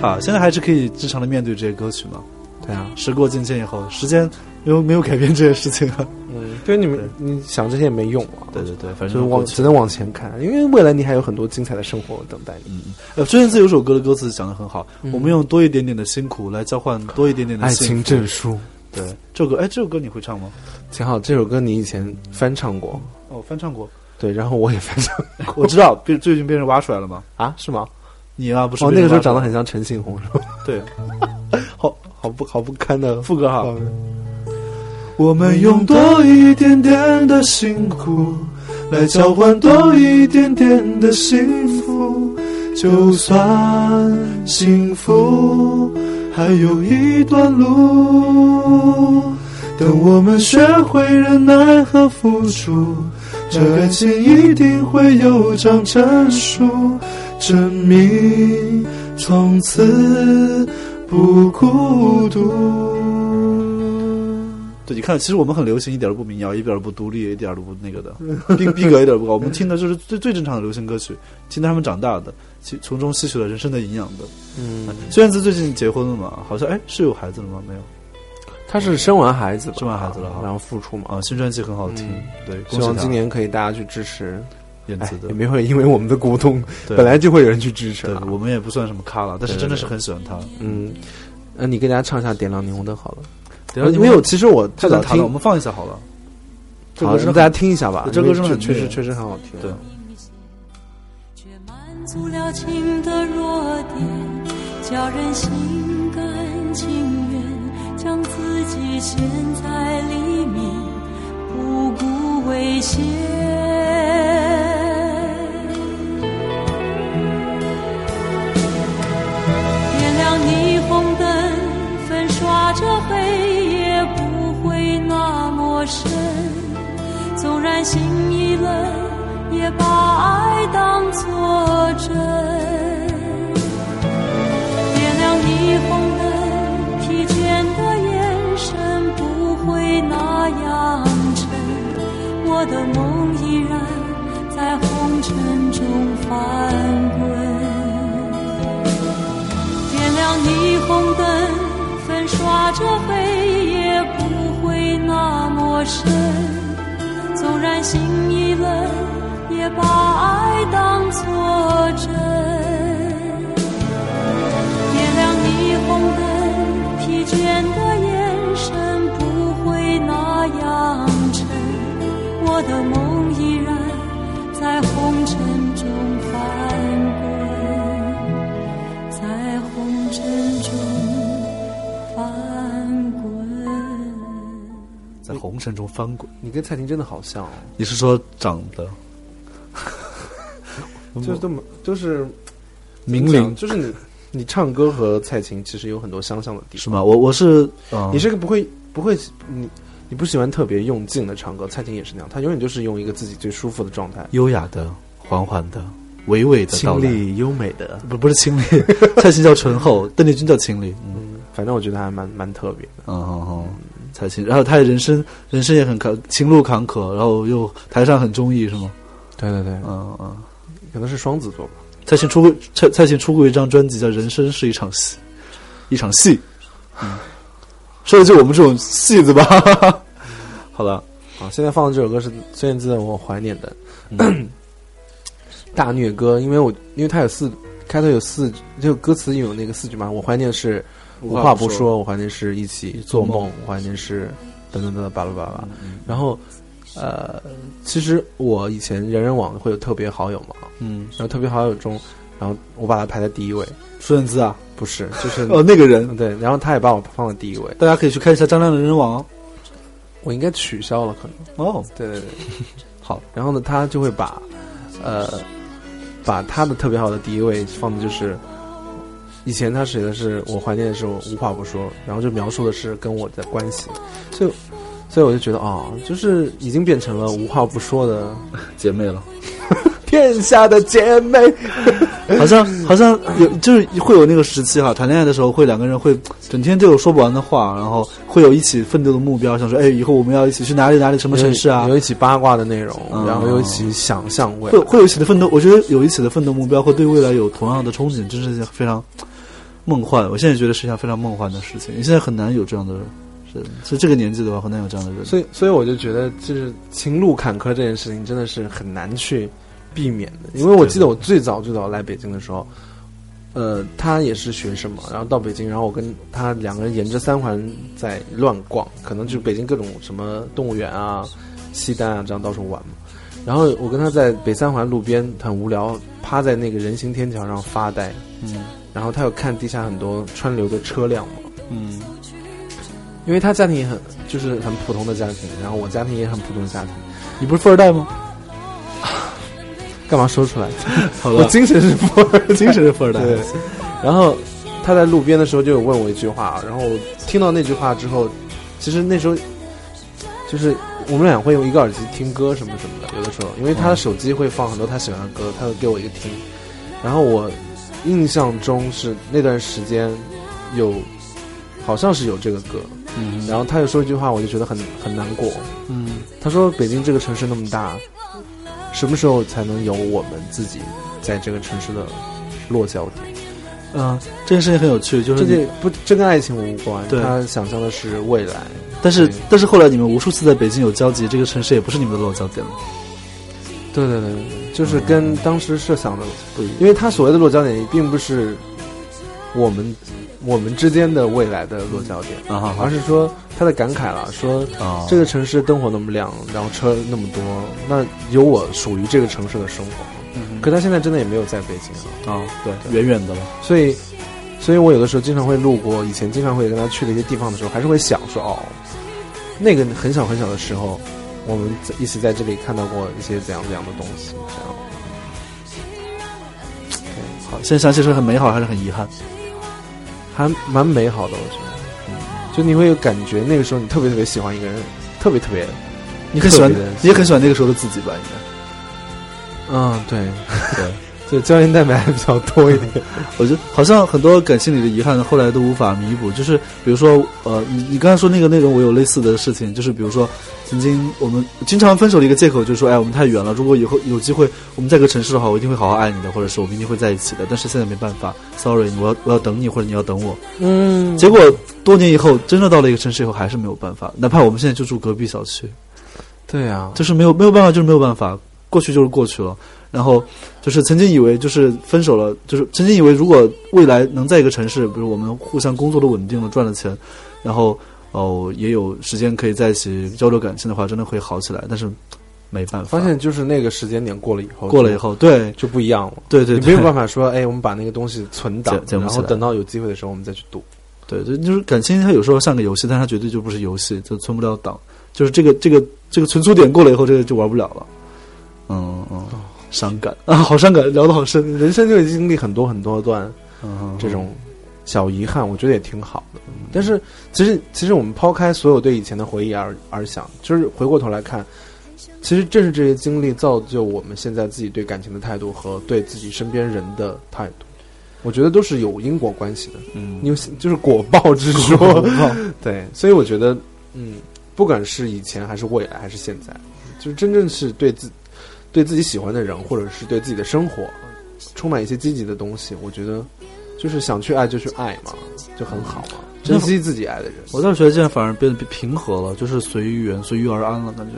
Speaker 2: 好，现在还是可以正常的面对这些歌曲嘛。
Speaker 3: 对啊，
Speaker 2: 时过境迁以后，时间没有没有改变这些事情啊。
Speaker 3: 嗯，对你们你想这些也没用啊，
Speaker 2: 对对对，反
Speaker 3: 就是
Speaker 2: 正
Speaker 3: 往
Speaker 2: 过去
Speaker 3: 只能往前看，因为未来你还有很多精彩的生活等待你。
Speaker 2: 呃，孙燕姿有首歌的歌词讲的很好，我们用多一点点的辛苦来交换多一点点的
Speaker 3: 爱
Speaker 2: 幸
Speaker 3: 情
Speaker 2: 福。
Speaker 3: 证书，
Speaker 2: 对，这首歌，哎，这首歌你会唱吗？
Speaker 3: 挺好。这首歌你以前翻唱过，
Speaker 2: 哦，我翻 [laughs] 唱过，
Speaker 3: 对，然后我也翻唱
Speaker 2: 我知道，被最近被人挖出来了嘛。
Speaker 3: 啊，是吗？
Speaker 2: 你啊，不是
Speaker 3: 哦，
Speaker 2: 被
Speaker 3: 那
Speaker 2: 人
Speaker 3: 个时候
Speaker 2: 挖出
Speaker 3: 长
Speaker 2: 来
Speaker 3: 得很像陈信宏，是吧？
Speaker 2: 对
Speaker 3: 好好不好不堪的
Speaker 2: 副歌哈。
Speaker 3: 好
Speaker 2: 我们用多一点点的辛苦，来交换多一点点的幸福。就算幸福还有一段路，等我们学会忍耐和付出，这感情一定会有张证书，证明从此不孤独。对，你看，其实我们很流行，一点儿都不民谣，一点儿都不独立，一点儿都不那个的， [laughs] 逼逼格一点儿都不高。我们听的就是最最正常的流行歌曲，听着他们长大的，其从中吸取了人生的营养的。
Speaker 3: 嗯，
Speaker 2: 孙燕姿最近结婚了嘛？好像哎是有孩子了吗？没有
Speaker 3: 他是生完孩子吧，
Speaker 2: 生完孩子了哈
Speaker 3: 然后复出嘛。
Speaker 2: 啊，新专辑很好听，
Speaker 3: 嗯
Speaker 2: 对，恭
Speaker 3: 希
Speaker 2: 喜
Speaker 3: 望
Speaker 2: 她
Speaker 3: 今年可以大家去支持，
Speaker 2: 燕
Speaker 3: 哎
Speaker 2: 姿，的
Speaker 3: 也。没会因为我们的鼓动，
Speaker 2: 对
Speaker 3: 本来就会有人去支持
Speaker 2: 对
Speaker 3: 啊。
Speaker 2: 我们也不算什么咖了，但是
Speaker 3: 对
Speaker 2: 真的是很喜欢她。
Speaker 3: 嗯，那你给大家唱一下《点亮霓虹灯》好了。
Speaker 2: 等一下
Speaker 3: 没有，其实我
Speaker 2: 太
Speaker 3: 太
Speaker 2: 早
Speaker 3: 早
Speaker 2: 谈了，
Speaker 3: 听
Speaker 2: 我，们放一下好了。这
Speaker 3: 好
Speaker 2: 歌
Speaker 3: 让
Speaker 2: 真
Speaker 3: 大
Speaker 2: 的
Speaker 3: 家听一下吧。
Speaker 2: 这歌
Speaker 3: 因为
Speaker 2: 真的很
Speaker 3: 确实
Speaker 2: 虐
Speaker 3: 确实很好听。啊
Speaker 2: 对
Speaker 4: 却满足了情的弱点，叫人心甘情愿，将自己陷在里面，不顾危险。点亮霓虹灯，粉刷着黑夜，不会那么深。纵然心一冷，也把爱当作真。点亮霓虹灯，疲倦的眼神不会那样沉。我的梦依然在红尘中翻滚。点亮霓虹灯，粉刷着黑夜，不会那么深。纵然心已冷，也把爱当作真。点亮霓虹灯，疲倦的眼神不会那样沉。我的梦依然在红尘中翻滚。在红尘中翻滚。
Speaker 2: 在红尘中翻滚，
Speaker 3: 你跟蔡琴真的好像哦，
Speaker 2: 你是说长得
Speaker 3: 就是这么，就是
Speaker 2: 明伶
Speaker 3: 就是你你唱歌和蔡琴其实有很多相像的地方。
Speaker 2: 是吗？我我是
Speaker 3: 你
Speaker 2: 嗯
Speaker 3: 是个不会不会你你不喜欢特别用劲的唱歌，蔡琴也是那样，她永远就是用一个自己最舒服的状态，
Speaker 2: 优雅的、缓缓的、娓娓的到来。
Speaker 3: 优美的。
Speaker 2: 不不是清丽， [laughs] 蔡琴叫醇厚，邓丽君叫清丽。嗯
Speaker 3: 嗯，反正我觉得还蛮蛮特别的。
Speaker 2: 嗯嗯嗯，蔡琴，然后她的人生人生也很坎，情路坎坷，然后又台上很中意是吗？
Speaker 3: 对对对，
Speaker 2: 嗯嗯，
Speaker 3: 可能是双子座吧。
Speaker 2: 蔡琴出过蔡蔡琴出过一张专辑叫《人生是一场戏》，一场戏。嗯说的就我们这种戏子吧。 [laughs] 好了，
Speaker 3: 啊，现在放的这首歌是孙燕姿的《我怀念的》嗯大虐歌，因为我因为它有四开头有四，就歌词有那个四句嘛，我怀念是无话不说，我怀念是一起
Speaker 2: 做
Speaker 3: 做梦
Speaker 2: 梦，
Speaker 3: 我怀念是等等等等巴拉巴拉。
Speaker 2: 嗯
Speaker 3: 然后呃，其实我以前人人网会有特别好友嘛，
Speaker 2: 嗯，
Speaker 3: 然后特别好友中，然后我把他排在第一位，
Speaker 2: 孙燕姿啊，
Speaker 3: 不是 [laughs] 就是
Speaker 2: 哦，那个人，
Speaker 3: 嗯对，然后他也把我放在第一位，
Speaker 2: 大家可以去看一下张亮的人人网
Speaker 3: 我应该取消了可能。
Speaker 2: 哦，
Speaker 3: 对对对，
Speaker 2: 好。
Speaker 3: 然后呢，他就会把，呃，把他的特别好的第一位放的就是，以前他写的是我怀念的时候无话不说，然后就描述的是跟我的关系，所以，所以我就觉得哦，就是已经变成了无话不
Speaker 2: [laughs]
Speaker 3: 说的
Speaker 2: 姐妹了。
Speaker 3: 天下的姐妹。
Speaker 2: 哎好像好像有就是会有那个时期哈，谈恋爱的时候会两个人会整天都有说不完的话，然后会有一起奋斗的目标，想说哎，以后我们要一起去哪里哪里什么城市啊
Speaker 3: 有，有一起八卦的内容，
Speaker 2: 嗯
Speaker 3: 然后有一起想象未
Speaker 2: 会
Speaker 3: 来。
Speaker 2: 会有一起的奋斗。我觉得有一起的奋斗目标，会对未来有同样的憧憬，真是一件非常梦幻。我现在觉得是一件非常梦幻的事情，你现在很难有这样的人，是这个年纪的话很难有这样的人。
Speaker 3: 所以，所以我就觉得，就是情路坎坷这件事情，真的是很难去避免的。因为我记得我最早最早来北京的时候，呃，他也是学生嘛，然后到北京，然后我跟他两个人沿着三环在乱逛，可能就是北京各种什么动物园啊、西单啊这样到处玩嘛。然后我跟他在北三环路边很无聊，趴在那个人行天桥上发呆。
Speaker 2: 嗯
Speaker 3: 然后他有看地下很多川流的车辆嘛，
Speaker 2: 嗯
Speaker 3: 因为他家庭也很就是很普通的家庭，然后我家庭也很普通的家庭，
Speaker 2: 你不是富二代吗？
Speaker 3: 干嘛说出来？
Speaker 2: [laughs] 好
Speaker 3: 我
Speaker 2: [laughs]
Speaker 3: 精神是富二代，
Speaker 2: 精神是富二代。
Speaker 3: 对，然后他在路边的时候就有问我一句话，然后我听到那句话之后，其实那时候就是我们俩会用一个耳机听歌什么什么的，有的时候，因为他的手机会放很多他喜欢的歌，他会给我一个听。然后我印象中是那段时间有，好像是有这个歌，
Speaker 2: 嗯
Speaker 3: 然后他又说一句话，我就觉得很很难过。
Speaker 2: 嗯
Speaker 3: 他说：“北京这个城市那么大，什么时候才能有我们自己在这个城市的落脚点？”
Speaker 2: 嗯，这件事情很有趣，就
Speaker 3: 这
Speaker 2: 是你
Speaker 3: 件不，这跟爱情无关。
Speaker 2: 对
Speaker 3: 他想象的是未来。
Speaker 2: 但是
Speaker 3: 对
Speaker 2: 但是后来你们无数次在北京有交集，这个城市也不是你们的落脚点了。
Speaker 3: 对对对对对，嗯就是跟当时设想的
Speaker 2: 不一样
Speaker 3: 因为他所谓的落脚点，并不是我们我们之间的未来的落脚点，
Speaker 2: 啊哈
Speaker 3: 而是说他的感慨了，说
Speaker 2: 啊
Speaker 3: 这个城市灯火那么亮，然后车那么多，那有我属于这个城市的生活。可他现在真的也没有在北京了。
Speaker 2: 啊，对，远远的了。
Speaker 3: 所以，所以我有的时候经常会路过，以前经常会跟他去的一些地方的时候，还是会想说，哦，那个很小很小的时候，我们在一起在这里看到过一些怎样怎样的东西，这样。
Speaker 2: 好，现在想起是很美好，还是很遗憾？
Speaker 3: 还蛮美好的，我觉得。嗯就你会有感觉，那个时候你特别特别喜欢一个人，特别特别，
Speaker 2: 你很喜欢
Speaker 3: 特别的，
Speaker 2: 你也很喜欢那个时候的自己吧？应该。
Speaker 3: 嗯，对，
Speaker 2: 对，
Speaker 3: [laughs] 就胶原蛋白还比较多一点。
Speaker 2: 我觉得好像很多感情里的遗憾，后来都无法弥补。就是比如说，呃，你你刚才说那个内容，我有类似的事情，就是比如说，曾经我们经常分手的一个借口，就是说，哎，我们太远了，如果以后有机会我们在一个城市的话，我一定会好好爱你的，或者是我们一定会在一起的。但是现在没办法，sorry，我要我要等你，或者你要等我。
Speaker 3: 嗯，
Speaker 2: 结果多年以后，真的到了一个城市以后，还是没有办法，哪怕我们现在就住隔壁小区，
Speaker 3: 对啊，
Speaker 2: 就是没有没有办法，就是没有办法，过去就是过去了。然后就是曾经以为就是分手了，就是曾经以为如果未来能在一个城市，比如我们互相工作的稳定了，赚了钱，然后哦也有时间可以在一起交流感情的话，真的会好起来。但是没办法，
Speaker 3: 发现就是那个时间点过了以后，
Speaker 2: 过了以后，对
Speaker 3: 就不一样了。
Speaker 2: 对对，
Speaker 3: 你没有
Speaker 2: 对
Speaker 3: 办法说，哎，我们把那个东西存档
Speaker 2: 捡，捡不
Speaker 3: 然
Speaker 2: 起
Speaker 3: 后
Speaker 2: 来
Speaker 3: 等到有机会的时候我们再去读。
Speaker 2: [laughs] 对对，就是感情它有时候像个游戏，但是它绝对就不是游戏，就存不了档。就是这个这个这个存储点过了以后，这个就玩不了了。嗯
Speaker 3: 哦
Speaker 2: 嗯，伤感啊，好伤感，聊得好深。
Speaker 3: 人生就会经历很多很多段
Speaker 2: [laughs] 嗯，
Speaker 3: 这种小遗憾，我觉得也挺好的。但是其实其实我们抛开所有对以前的回忆而而想，就是回过头来看，其实正是这些经历造就我们现在自己对感情的态度和对自己身边人的态度。我觉得都是有因果关系的，
Speaker 2: 嗯，
Speaker 3: 因为就是果报之说， [laughs] 对，所以我觉得，嗯，不管是以前还是未来还是现在，就是真正是对自对自己喜欢的人，或者是对自己的生活，充满一些积极的东西，我觉得就是想去爱就去爱嘛，就很好嘛，珍惜自己爱的人。
Speaker 2: 我倒是觉得现在反而变得平和了，就是随缘随遇而安了，感觉。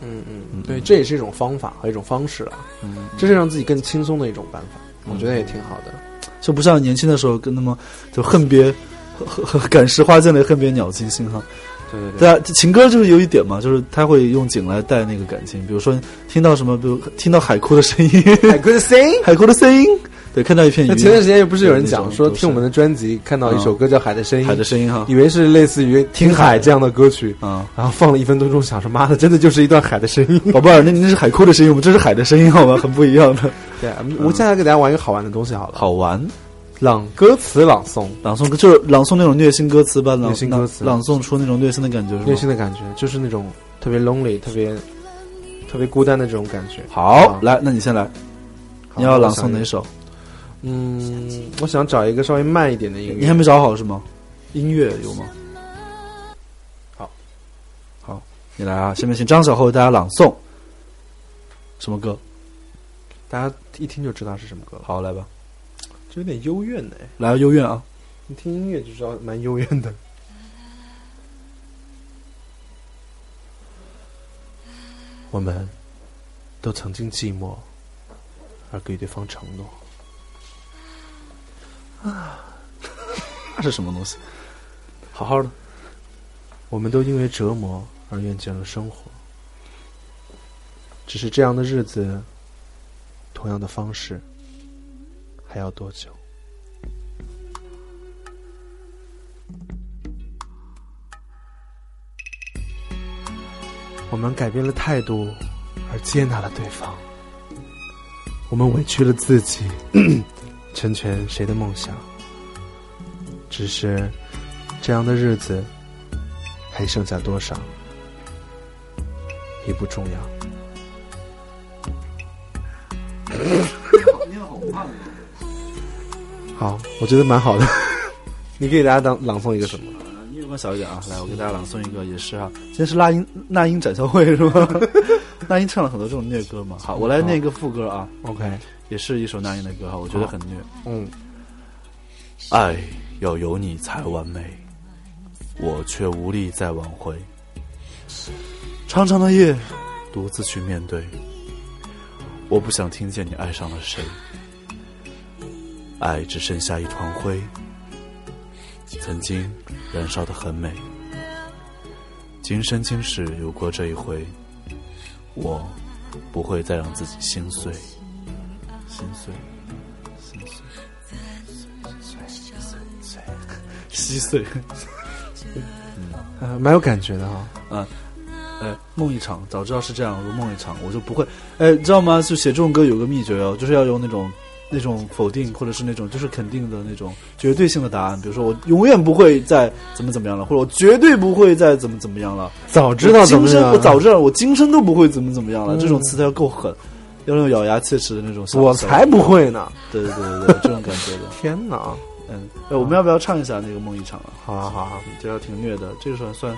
Speaker 3: 嗯嗯，对，这也是一种方法和一种方式啊，
Speaker 2: 嗯，
Speaker 3: 这是让自己更轻松的一种办法，我觉得也挺好的。
Speaker 2: 就不像年轻的时候跟那么就恨别。呵呵感时花溅泪，恨别鸟尽星哈。
Speaker 3: 嗯对对
Speaker 2: 对啊，这情歌就是有一点嘛，就是他会用景来带那个感情。比如说听到什么，比如听到海哭的声音， [laughs]
Speaker 3: 对，Good sing。
Speaker 2: 海哭的声音，对，看到一片
Speaker 3: 那
Speaker 2: 云，
Speaker 3: 前段时间又不是有人
Speaker 2: 对
Speaker 3: 讲
Speaker 2: 那种
Speaker 3: 说
Speaker 2: 都是
Speaker 3: 听我们的专辑看到一首歌叫《海的声音》，
Speaker 2: 海的声音哈，
Speaker 3: 以为是类似于《听海》这样的歌曲，
Speaker 2: 啊，
Speaker 3: 然后放了一分多钟，想说妈的，真的就是一段海的声音。
Speaker 2: 宝贝儿，那那是海哭的声音，我们这是海的声音，好吗？很不一样的，
Speaker 3: [laughs] 对，我接下来给大家玩一个好玩的东西好了，
Speaker 2: 好玩。
Speaker 3: 朗歌词朗诵，
Speaker 2: 朗诵就是朗诵那种虐心歌词吧，朗
Speaker 3: 虐心歌词
Speaker 2: 朗诵出那种虐心的感觉，
Speaker 3: 内
Speaker 2: 是
Speaker 3: 心
Speaker 2: 吗？
Speaker 3: 的感觉就是那种特别 lonely、特别特别孤单的这种感觉。
Speaker 2: 好，来，那你先来，
Speaker 3: 好
Speaker 2: 你要朗诵？
Speaker 3: 我想
Speaker 2: 哪
Speaker 3: 一
Speaker 2: 首？
Speaker 3: 嗯，我想找一个稍微慢一点的音
Speaker 2: 你还
Speaker 3: 乐。
Speaker 2: 没找好是吗？音乐有吗？
Speaker 3: 好，
Speaker 2: 好，你来啊！下面请张小厚为大家朗诵什么歌？
Speaker 3: 大家一听就知道是什么歌了，
Speaker 2: 好，来吧，
Speaker 3: 就有点幽怨哎呢。
Speaker 2: 来啊幽怨啊！
Speaker 3: 你听音乐就知道蛮幽怨的。我们都曾经寂寞，而给对方承诺。
Speaker 2: 那是什么东西？
Speaker 3: 好好的，我们都因为折磨而厌倦了生活，只是这样的日子，同样的方式，还要多久？我们改变了态度，而接纳了对方。我们委屈了自己， [clears throat] 成全谁的梦想？只是这样的日子还剩下多少，已不重要。啊好，我觉得蛮好的。 [laughs] 你给大家当朗诵一个什么？
Speaker 2: 音乐关小一点啊，来，我给大家朗诵一个，也是啊，今天是那英那英展销会是吧？ [laughs] 那英唱了很多这种虐歌嘛，好，我来念一个副歌啊，
Speaker 3: OK，
Speaker 2: 也是一首那英的歌哈，我觉得很虐。
Speaker 3: 嗯，
Speaker 2: 爱要有你才完美，我却无力再挽回。长长的夜，独自去面对。我不想听见你爱上了谁，爱只剩下一团灰，曾经燃烧的很美。今生今世有过这一回，我不会再让自己心碎，心碎，心碎。稀碎。 [laughs]
Speaker 3: 呃，蛮有感觉的哈、
Speaker 2: 哎，梦一场，早知道是这样，如梦一场，我就不会。哎，你知道吗？就写这种歌有个秘诀哦，就是要用那种那种否定或者是那种就是肯定的那种绝对性的答案，比如说我永远不会再怎么怎么样了，或者我绝对不会再怎么怎么样了。
Speaker 3: 早知道怎么
Speaker 2: 今生
Speaker 3: 样，啊
Speaker 2: 我早知道我今生都不会怎么怎么样了，这种词要够狠，要用咬牙切齿的那种小。
Speaker 3: 我
Speaker 2: 小
Speaker 3: 才不会呢！
Speaker 2: 对对对对对，这种感觉的。
Speaker 3: 天哪！
Speaker 2: 嗯，哎，我们要不要唱一下那个梦一场啊？
Speaker 3: 好啊，好啊，
Speaker 2: 这要挺虐的，这个算算，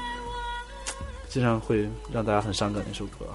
Speaker 2: 经常会让大家很伤感的一首歌啊。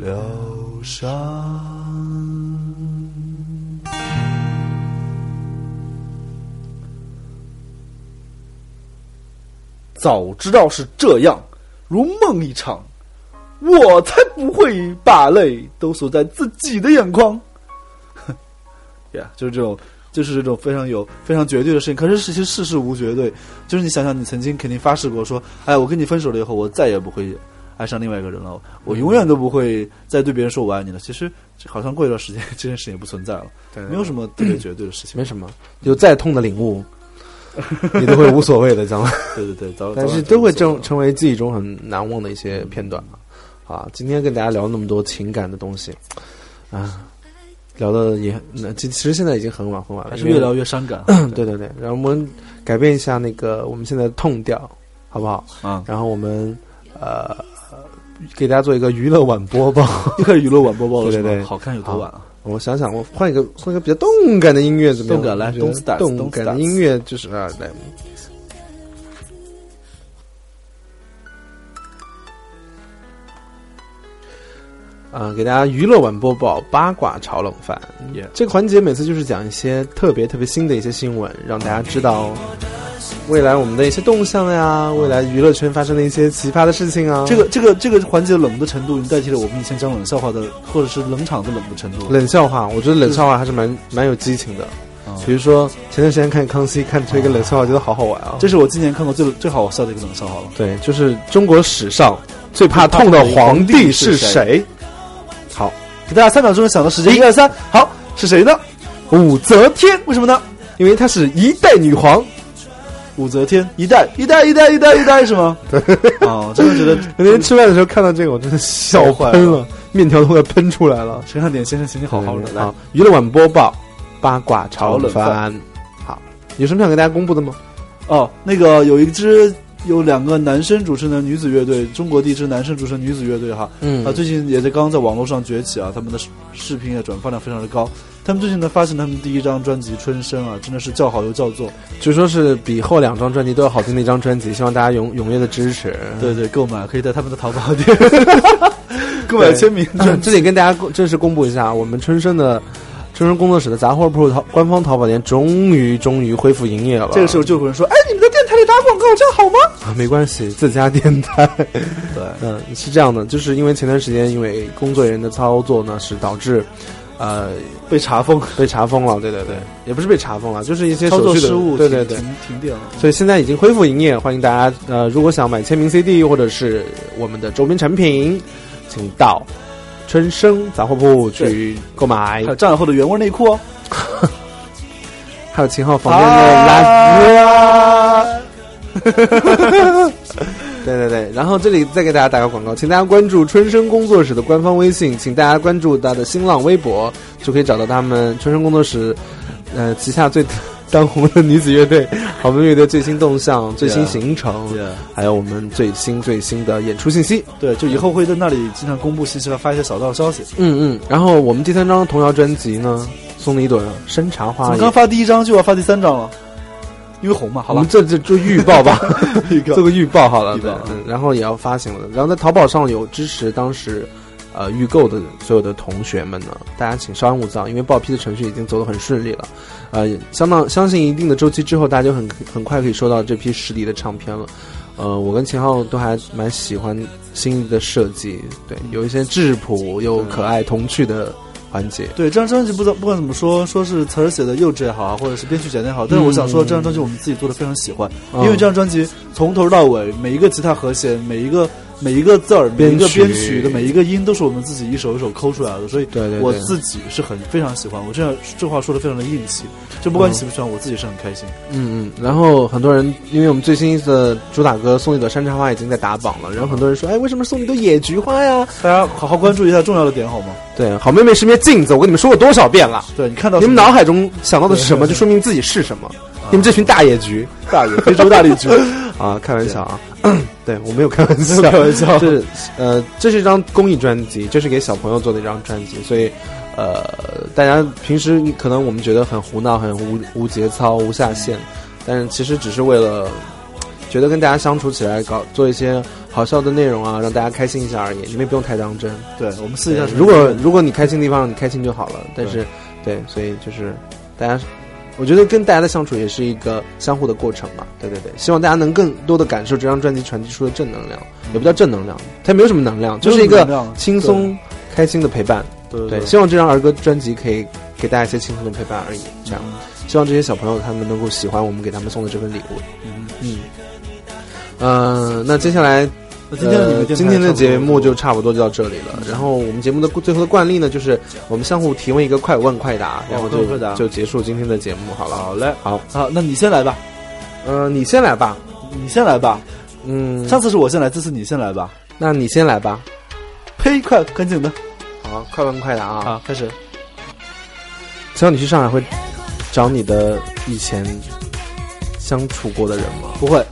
Speaker 3: 疗伤。
Speaker 2: 早知道是这样，如梦一场，我才不会把泪都锁在自己的眼眶。 [laughs] 呀、yeah,，就是这种，就是这种非常有非常绝对的事情。可是其实世事无绝对，就是你想想，你曾经肯定发誓过说，哎，我跟你分手了以后，我再也不会爱上另外一个人了，我永远都不会再对别人说我爱你了。其实好像过一段时间， [laughs] 这件事情也不存在了，没有什么特别绝对的事情。
Speaker 3: 没什么，有再痛的领悟，你都会无所谓的，将来。
Speaker 2: 对对对，早
Speaker 3: 但是都会
Speaker 2: 正
Speaker 3: 成成为记忆中很难忘的一些片段啊。啊，今天跟大家聊那么多情感的东西啊，聊的也那其其实现在已经很晚很晚了，
Speaker 2: 还是
Speaker 3: 因为
Speaker 2: 越聊越伤感。
Speaker 3: 对对对。然后我们改变一 [laughs] 下那个我们现在的痛调，好不好？
Speaker 2: 啊，
Speaker 3: 然后我们呃给大家做一个娱乐晚播吧。
Speaker 2: 又开始娱乐晚播报了，是
Speaker 3: 对对
Speaker 2: 吧
Speaker 3: 对
Speaker 2: 好看有多晚啊？
Speaker 3: 我想想，我换一个换一个比较动感的音乐怎么样？
Speaker 2: 动感来
Speaker 3: 我觉得
Speaker 2: Don't Start，
Speaker 3: 动感
Speaker 2: Don't
Speaker 3: 的
Speaker 2: Start
Speaker 3: 音乐就是啊，来，啊、给大家娱乐晚播报八卦炒冷饭。
Speaker 2: Yeah
Speaker 3: 这个环节每次就是讲一些特别特别新的一些新闻，让大家知道未来我们的一些动向呀，未来娱乐圈发生的一些奇葩的事情啊。
Speaker 2: 这个这个这个环节冷的程度，已经代替了我们以前讲冷笑话的，或者是冷场的冷的程度了。
Speaker 3: 冷笑话，我觉得冷笑话还是蛮蛮有激情的。
Speaker 2: 啊
Speaker 3: 比如说前段时间看《康熙》，看出一个冷笑话，觉得好好玩啊！
Speaker 2: 这是我今年看过最最好笑的一个冷笑话了。
Speaker 3: 对，就是中国史上最怕痛的皇帝是谁？好，
Speaker 2: 给大家三秒钟想的时间，
Speaker 3: 哎
Speaker 2: 一二三，好，是谁呢？
Speaker 3: 武则天，
Speaker 2: 为什么呢？
Speaker 3: 因为她是一代女皇，
Speaker 2: 武则天一代一代一代一代一代是
Speaker 3: [laughs]
Speaker 2: 吗？啊，我真的觉得
Speaker 3: 那天吃饭的时候看到这个，我真的笑喷了，面条都快喷出来了。嗯
Speaker 2: 陈汉典先生，请你好好的来
Speaker 3: 好，娱乐晚播报，八卦炒冷
Speaker 2: 炒
Speaker 3: 饭。好，有什么想给大家公布的吗？
Speaker 2: 哦，那个有一支有两个男生主持人的女子乐队，中国第一支男生主持人女子乐队哈，
Speaker 3: 嗯
Speaker 2: 啊，最近也在刚刚在网络上崛起啊，他们的视视频也转发量非常的高。他们最近呢发行他们第一张专辑《春生》啊，真的是叫好又叫座。
Speaker 3: 据说是比后两张专辑都要好听的一张专辑，希望大家踊踊跃的支持。
Speaker 2: 对对，购买可以在他们的淘宝
Speaker 3: [laughs]
Speaker 2: 店购买
Speaker 3: 对
Speaker 2: 签名专辑。
Speaker 3: [laughs] 这里跟大家公正式公布一下，我们春生的春生工作室的杂货铺淘官方淘宝店终于终于恢复营业了。
Speaker 2: 这个时候就有人说：“哎，你们在电台里打广告，这样好吗
Speaker 3: 啊，没关系，自家电台。？”
Speaker 2: 对，
Speaker 3: [laughs] 嗯，是这样的，就是因为前段时间因为工作人员的操作呢，是导致呃
Speaker 2: 被查封，
Speaker 3: 被查封了。对对对，也不是被查封了，就是一些
Speaker 2: 操
Speaker 3: 手
Speaker 2: 作
Speaker 3: 续的
Speaker 2: 失误，
Speaker 3: 对对对
Speaker 2: 停，停停电了。
Speaker 3: 所以现在已经恢复营业，欢迎大家呃，如果想买签名 CD 或者是我们的周边产品，请到春生杂货铺去购买
Speaker 2: 还。有战友后的原味内裤哦。
Speaker 3: 还有秦昊房间的拉丝。
Speaker 2: 啊
Speaker 3: [laughs] 对对对，然后这里再给大家打个广告，请大家关注春生工作室的官方微信，请大家关注他的新浪微博，就可以找到他们春生工作室，呃，旗下最当红的女子乐队好妹乐队最新动向、最新行程 [laughs]
Speaker 2: Yeah
Speaker 3: 还有我们最新最新的演出信息。
Speaker 2: 对，就以后会在那里经常公布信息和发一些小道消息。
Speaker 3: 嗯嗯，然后我们第三张童谣专辑呢，送了一朵山茶
Speaker 2: 我
Speaker 3: 花
Speaker 2: 们
Speaker 3: 也。
Speaker 2: 刚发第一张就要发第三张了，因为红嘛，好
Speaker 3: 我们
Speaker 2: 吧，
Speaker 3: 这这就预报吧，
Speaker 2: 一 [laughs] 个
Speaker 3: 做个预报好了，
Speaker 2: 预
Speaker 3: 对
Speaker 2: 报啊
Speaker 3: 嗯，然后也要发行了，然后在淘宝上有支持当时呃预购的所有的同学们呢，大家请稍安勿躁，因为报批的程序已经走得很顺利了，呃，相当相信一定的周期之后，大家就很很快可以收到这批实体的唱片了。呃，我跟秦昊都还蛮喜欢新意的设计，对，
Speaker 2: 嗯
Speaker 3: 有一些质朴又可爱童趣的环节。
Speaker 2: 对，这张专辑不怎不管怎么说，说是词儿写的幼稚也好啊，或者是编曲简单也好，但是我想
Speaker 3: 嗯
Speaker 2: 说，这张专辑我们自己做的非常喜欢，因为这张专辑从头到尾，每一个吉他和弦，每一个每一个字儿，每一个
Speaker 3: 编曲
Speaker 2: 编曲的每一个音，都是我们自己一首一首抠出来的，所以
Speaker 3: 对对对
Speaker 2: 我自己是很非常喜欢。我这样这话说的非常的硬气，就不管你喜不喜欢，我自己是很开心。
Speaker 3: 嗯，嗯，然后很多人，因为我们最新的主打歌《送你朵山茶花》已经在打榜了，然后很多人说，哎，为什么送你朵野菊花呀？
Speaker 2: 大家好好关注一下重要的点好吗？
Speaker 3: 对，好妹妹是面镜子，我跟你们说过多少遍了，
Speaker 2: 对你看到
Speaker 3: 你
Speaker 2: 什
Speaker 3: 们
Speaker 2: 么啊
Speaker 3: 脑海中想到的是什么，就说明自己是什么。你们这群大野菊
Speaker 2: 大爷，非洲大 [laughs] 力菊，
Speaker 3: 啊，开玩笑啊， [clears throat] 对我没有开玩笑，
Speaker 2: 开玩笑
Speaker 3: 是呃， [laughs] 这是一张公益专辑，这是给小朋友做的一张专辑，所以呃，大家平时你可能我们觉得很胡闹、很无无节操、无下限，
Speaker 2: 嗯
Speaker 3: 但是其实只是为了觉得跟大家相处起来搞做一些好笑的内容啊，让大家开心一下而已，你们也不用太当真。
Speaker 2: 对我们试一下什么。
Speaker 3: 如果如果你开心的地方让你开心就好了，但是对所以就是大家。我觉得跟大家的相处也是一个相互的过程吧，对对对，希望大家能更多的感受这张专辑传递出的正能量，也不叫正能量，它没有什么能量，
Speaker 2: 没
Speaker 3: 就
Speaker 2: 有什
Speaker 3: 是
Speaker 2: 么
Speaker 3: 一个
Speaker 2: 能量
Speaker 3: 轻松、开心的陪伴。
Speaker 2: 对
Speaker 3: 对，希望这张儿歌专辑可以给大家一些轻松的陪伴而已。
Speaker 2: 嗯
Speaker 3: 这样，希望这些小朋友他们能够喜欢我们给他们送的这份礼物。
Speaker 2: 嗯
Speaker 3: 嗯，呃，那接下来
Speaker 2: 那今天的你
Speaker 3: 呃
Speaker 2: 们电台
Speaker 3: 今天的
Speaker 2: 差不多
Speaker 3: 节目就差不多就到这里了。然后我们节目的最后的惯例呢，就是我们相互提问一个快问哦快答，然后
Speaker 2: 快
Speaker 3: 就
Speaker 2: 问快答
Speaker 3: 就结束今天的节目好了。
Speaker 2: 好嘞，
Speaker 3: 好，
Speaker 2: 好，那你先来吧，
Speaker 3: 嗯、你先来吧。
Speaker 2: 你先来吧。
Speaker 3: 嗯，
Speaker 2: 上次是我先来，这次你先来吧。
Speaker 3: 那你先来吧。
Speaker 2: 呸！快，赶紧的
Speaker 3: 好，快问快答啊！
Speaker 2: 啊，开始。
Speaker 3: 只要你去上海，会找你的以前相处过的人吗？
Speaker 2: 不会，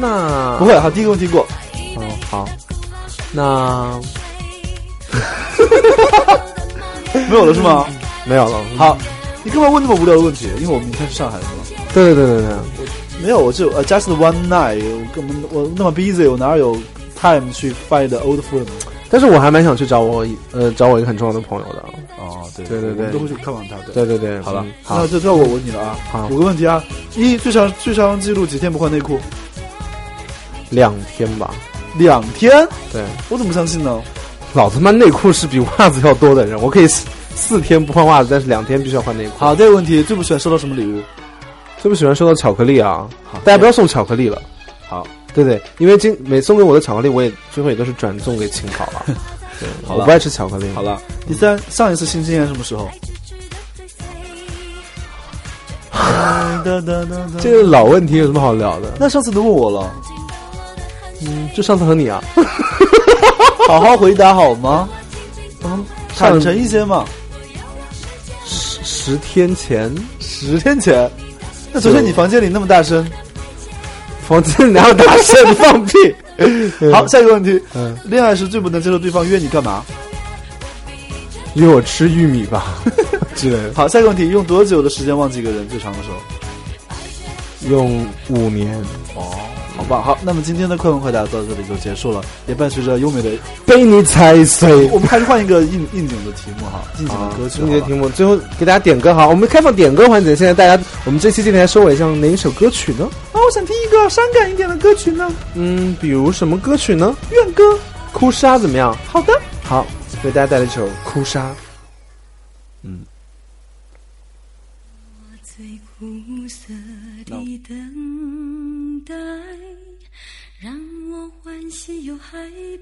Speaker 3: 那
Speaker 2: 不会。好，第一个问题过。
Speaker 3: 哦，好。那
Speaker 2: 没有了是吗？
Speaker 3: 没有了。
Speaker 2: 好，你干嘛问那么无聊的问题？因为我明天是上海的嘛。
Speaker 3: 对对对对对，
Speaker 2: 没有，我就 uh, just one night，我根本我那么 busy，我哪有 time 去 find old friend？
Speaker 3: 但是我还蛮想去找我一呃找我一个很重要的朋友的。
Speaker 2: 哦，对
Speaker 3: 对对对
Speaker 2: 我们都会去看望他。对，
Speaker 3: 对对对，
Speaker 2: 好了
Speaker 3: 嗯，
Speaker 2: 那
Speaker 3: 好，
Speaker 2: 就到我问你了啊。
Speaker 3: 好
Speaker 2: 五个问题啊。一最长最长记录几天不换内裤？
Speaker 3: 两天吧。
Speaker 2: 两天？
Speaker 3: 对，
Speaker 2: 我怎么相信呢？
Speaker 3: 老他妈内裤是比袜子要多的人，我可以四四天不换袜子，但是两天必须要换内裤。
Speaker 2: 好，第二个问题，最不喜欢收到什么礼物？
Speaker 3: 最不喜欢收到巧克力啊，
Speaker 2: 好
Speaker 3: 大家不要送巧克力了。
Speaker 2: 好，
Speaker 3: 对对，因为今每送给我的巧克力，我也最后也都是转送给秦考
Speaker 2: [laughs]
Speaker 3: 了。对，
Speaker 2: 好
Speaker 3: 我
Speaker 2: 了
Speaker 3: 不爱吃巧克力。
Speaker 2: 好，了，第三，上一次性经验什么时
Speaker 3: [laughs]
Speaker 2: 候？
Speaker 3: 这个老问题有什么好聊的？
Speaker 2: 那上次都问我了，
Speaker 3: 嗯，就上次和你啊，
Speaker 2: 好好回答好吗？嗯，
Speaker 3: 上
Speaker 2: 坦诚一些嘛。
Speaker 3: 十十天前，
Speaker 2: 十天前，那昨天你房间里那么大声。
Speaker 3: 房间里哪有大声放屁？
Speaker 2: [laughs]
Speaker 3: [laughs]
Speaker 2: 好，下一个问题，
Speaker 3: 嗯，
Speaker 2: 恋爱时最不能接受对方约你干嘛？
Speaker 3: 约我吃玉米
Speaker 2: [laughs]
Speaker 3: 吧之类的，
Speaker 2: 好，下一个问题，用多久的时间忘记一个人？最长的时候？
Speaker 3: 用五年
Speaker 2: 好吧，好，那么今天的快问快答到这里就结束了，也伴随着优美的，
Speaker 3: 被你踩碎。
Speaker 2: 我们还是换一个应应景的题目哈，应
Speaker 3: 嗯
Speaker 2: 景的歌曲
Speaker 3: 今
Speaker 2: 好吧。
Speaker 3: 天的啊题目最后给大家点歌好，我们开放点歌环节。现在大家，我们这期电台收尾像哪一首歌曲呢？
Speaker 2: 啊，我想听一个伤感一点的歌曲呢，
Speaker 3: 嗯，比如什么歌曲呢？
Speaker 2: 《怨歌》。
Speaker 3: 哭砂怎么样？
Speaker 2: 好的，
Speaker 3: 好，为大家带来一首《哭砂》。
Speaker 4: 最苦涩的等待，让我欢喜又害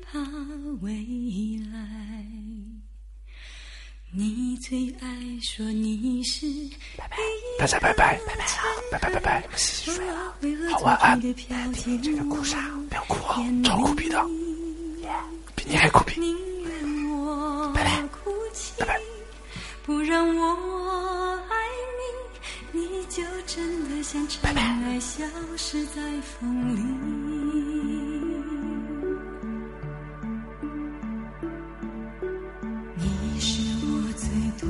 Speaker 4: 怕未来。你最爱说你是拜拜，大家拜拜，拜拜啊，拜拜拜拜，你们洗洗睡了，好晚安。听这个故事啊，不要哭啊，超酷毙的，
Speaker 5: 比你还酷毙。
Speaker 4: 宁愿我哭泣，不让我爱你，你就真的像尘埃消失在风里。你是我最痛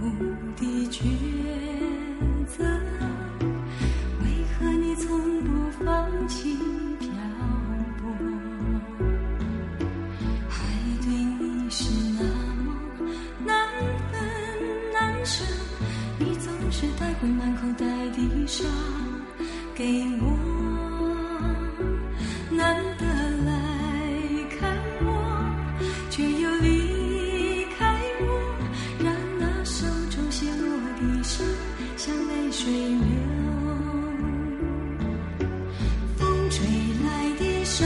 Speaker 4: 苦的抉择，为何你从不放弃漂泊？还对你是那么难分难舍，你总是带回满口袋的伤给我，难得来看我，却又离开我，让那手中陷落的伤像泪水流。风吹来的沙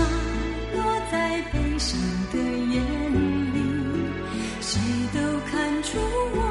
Speaker 4: 落在悲伤的眼里，谁都看出我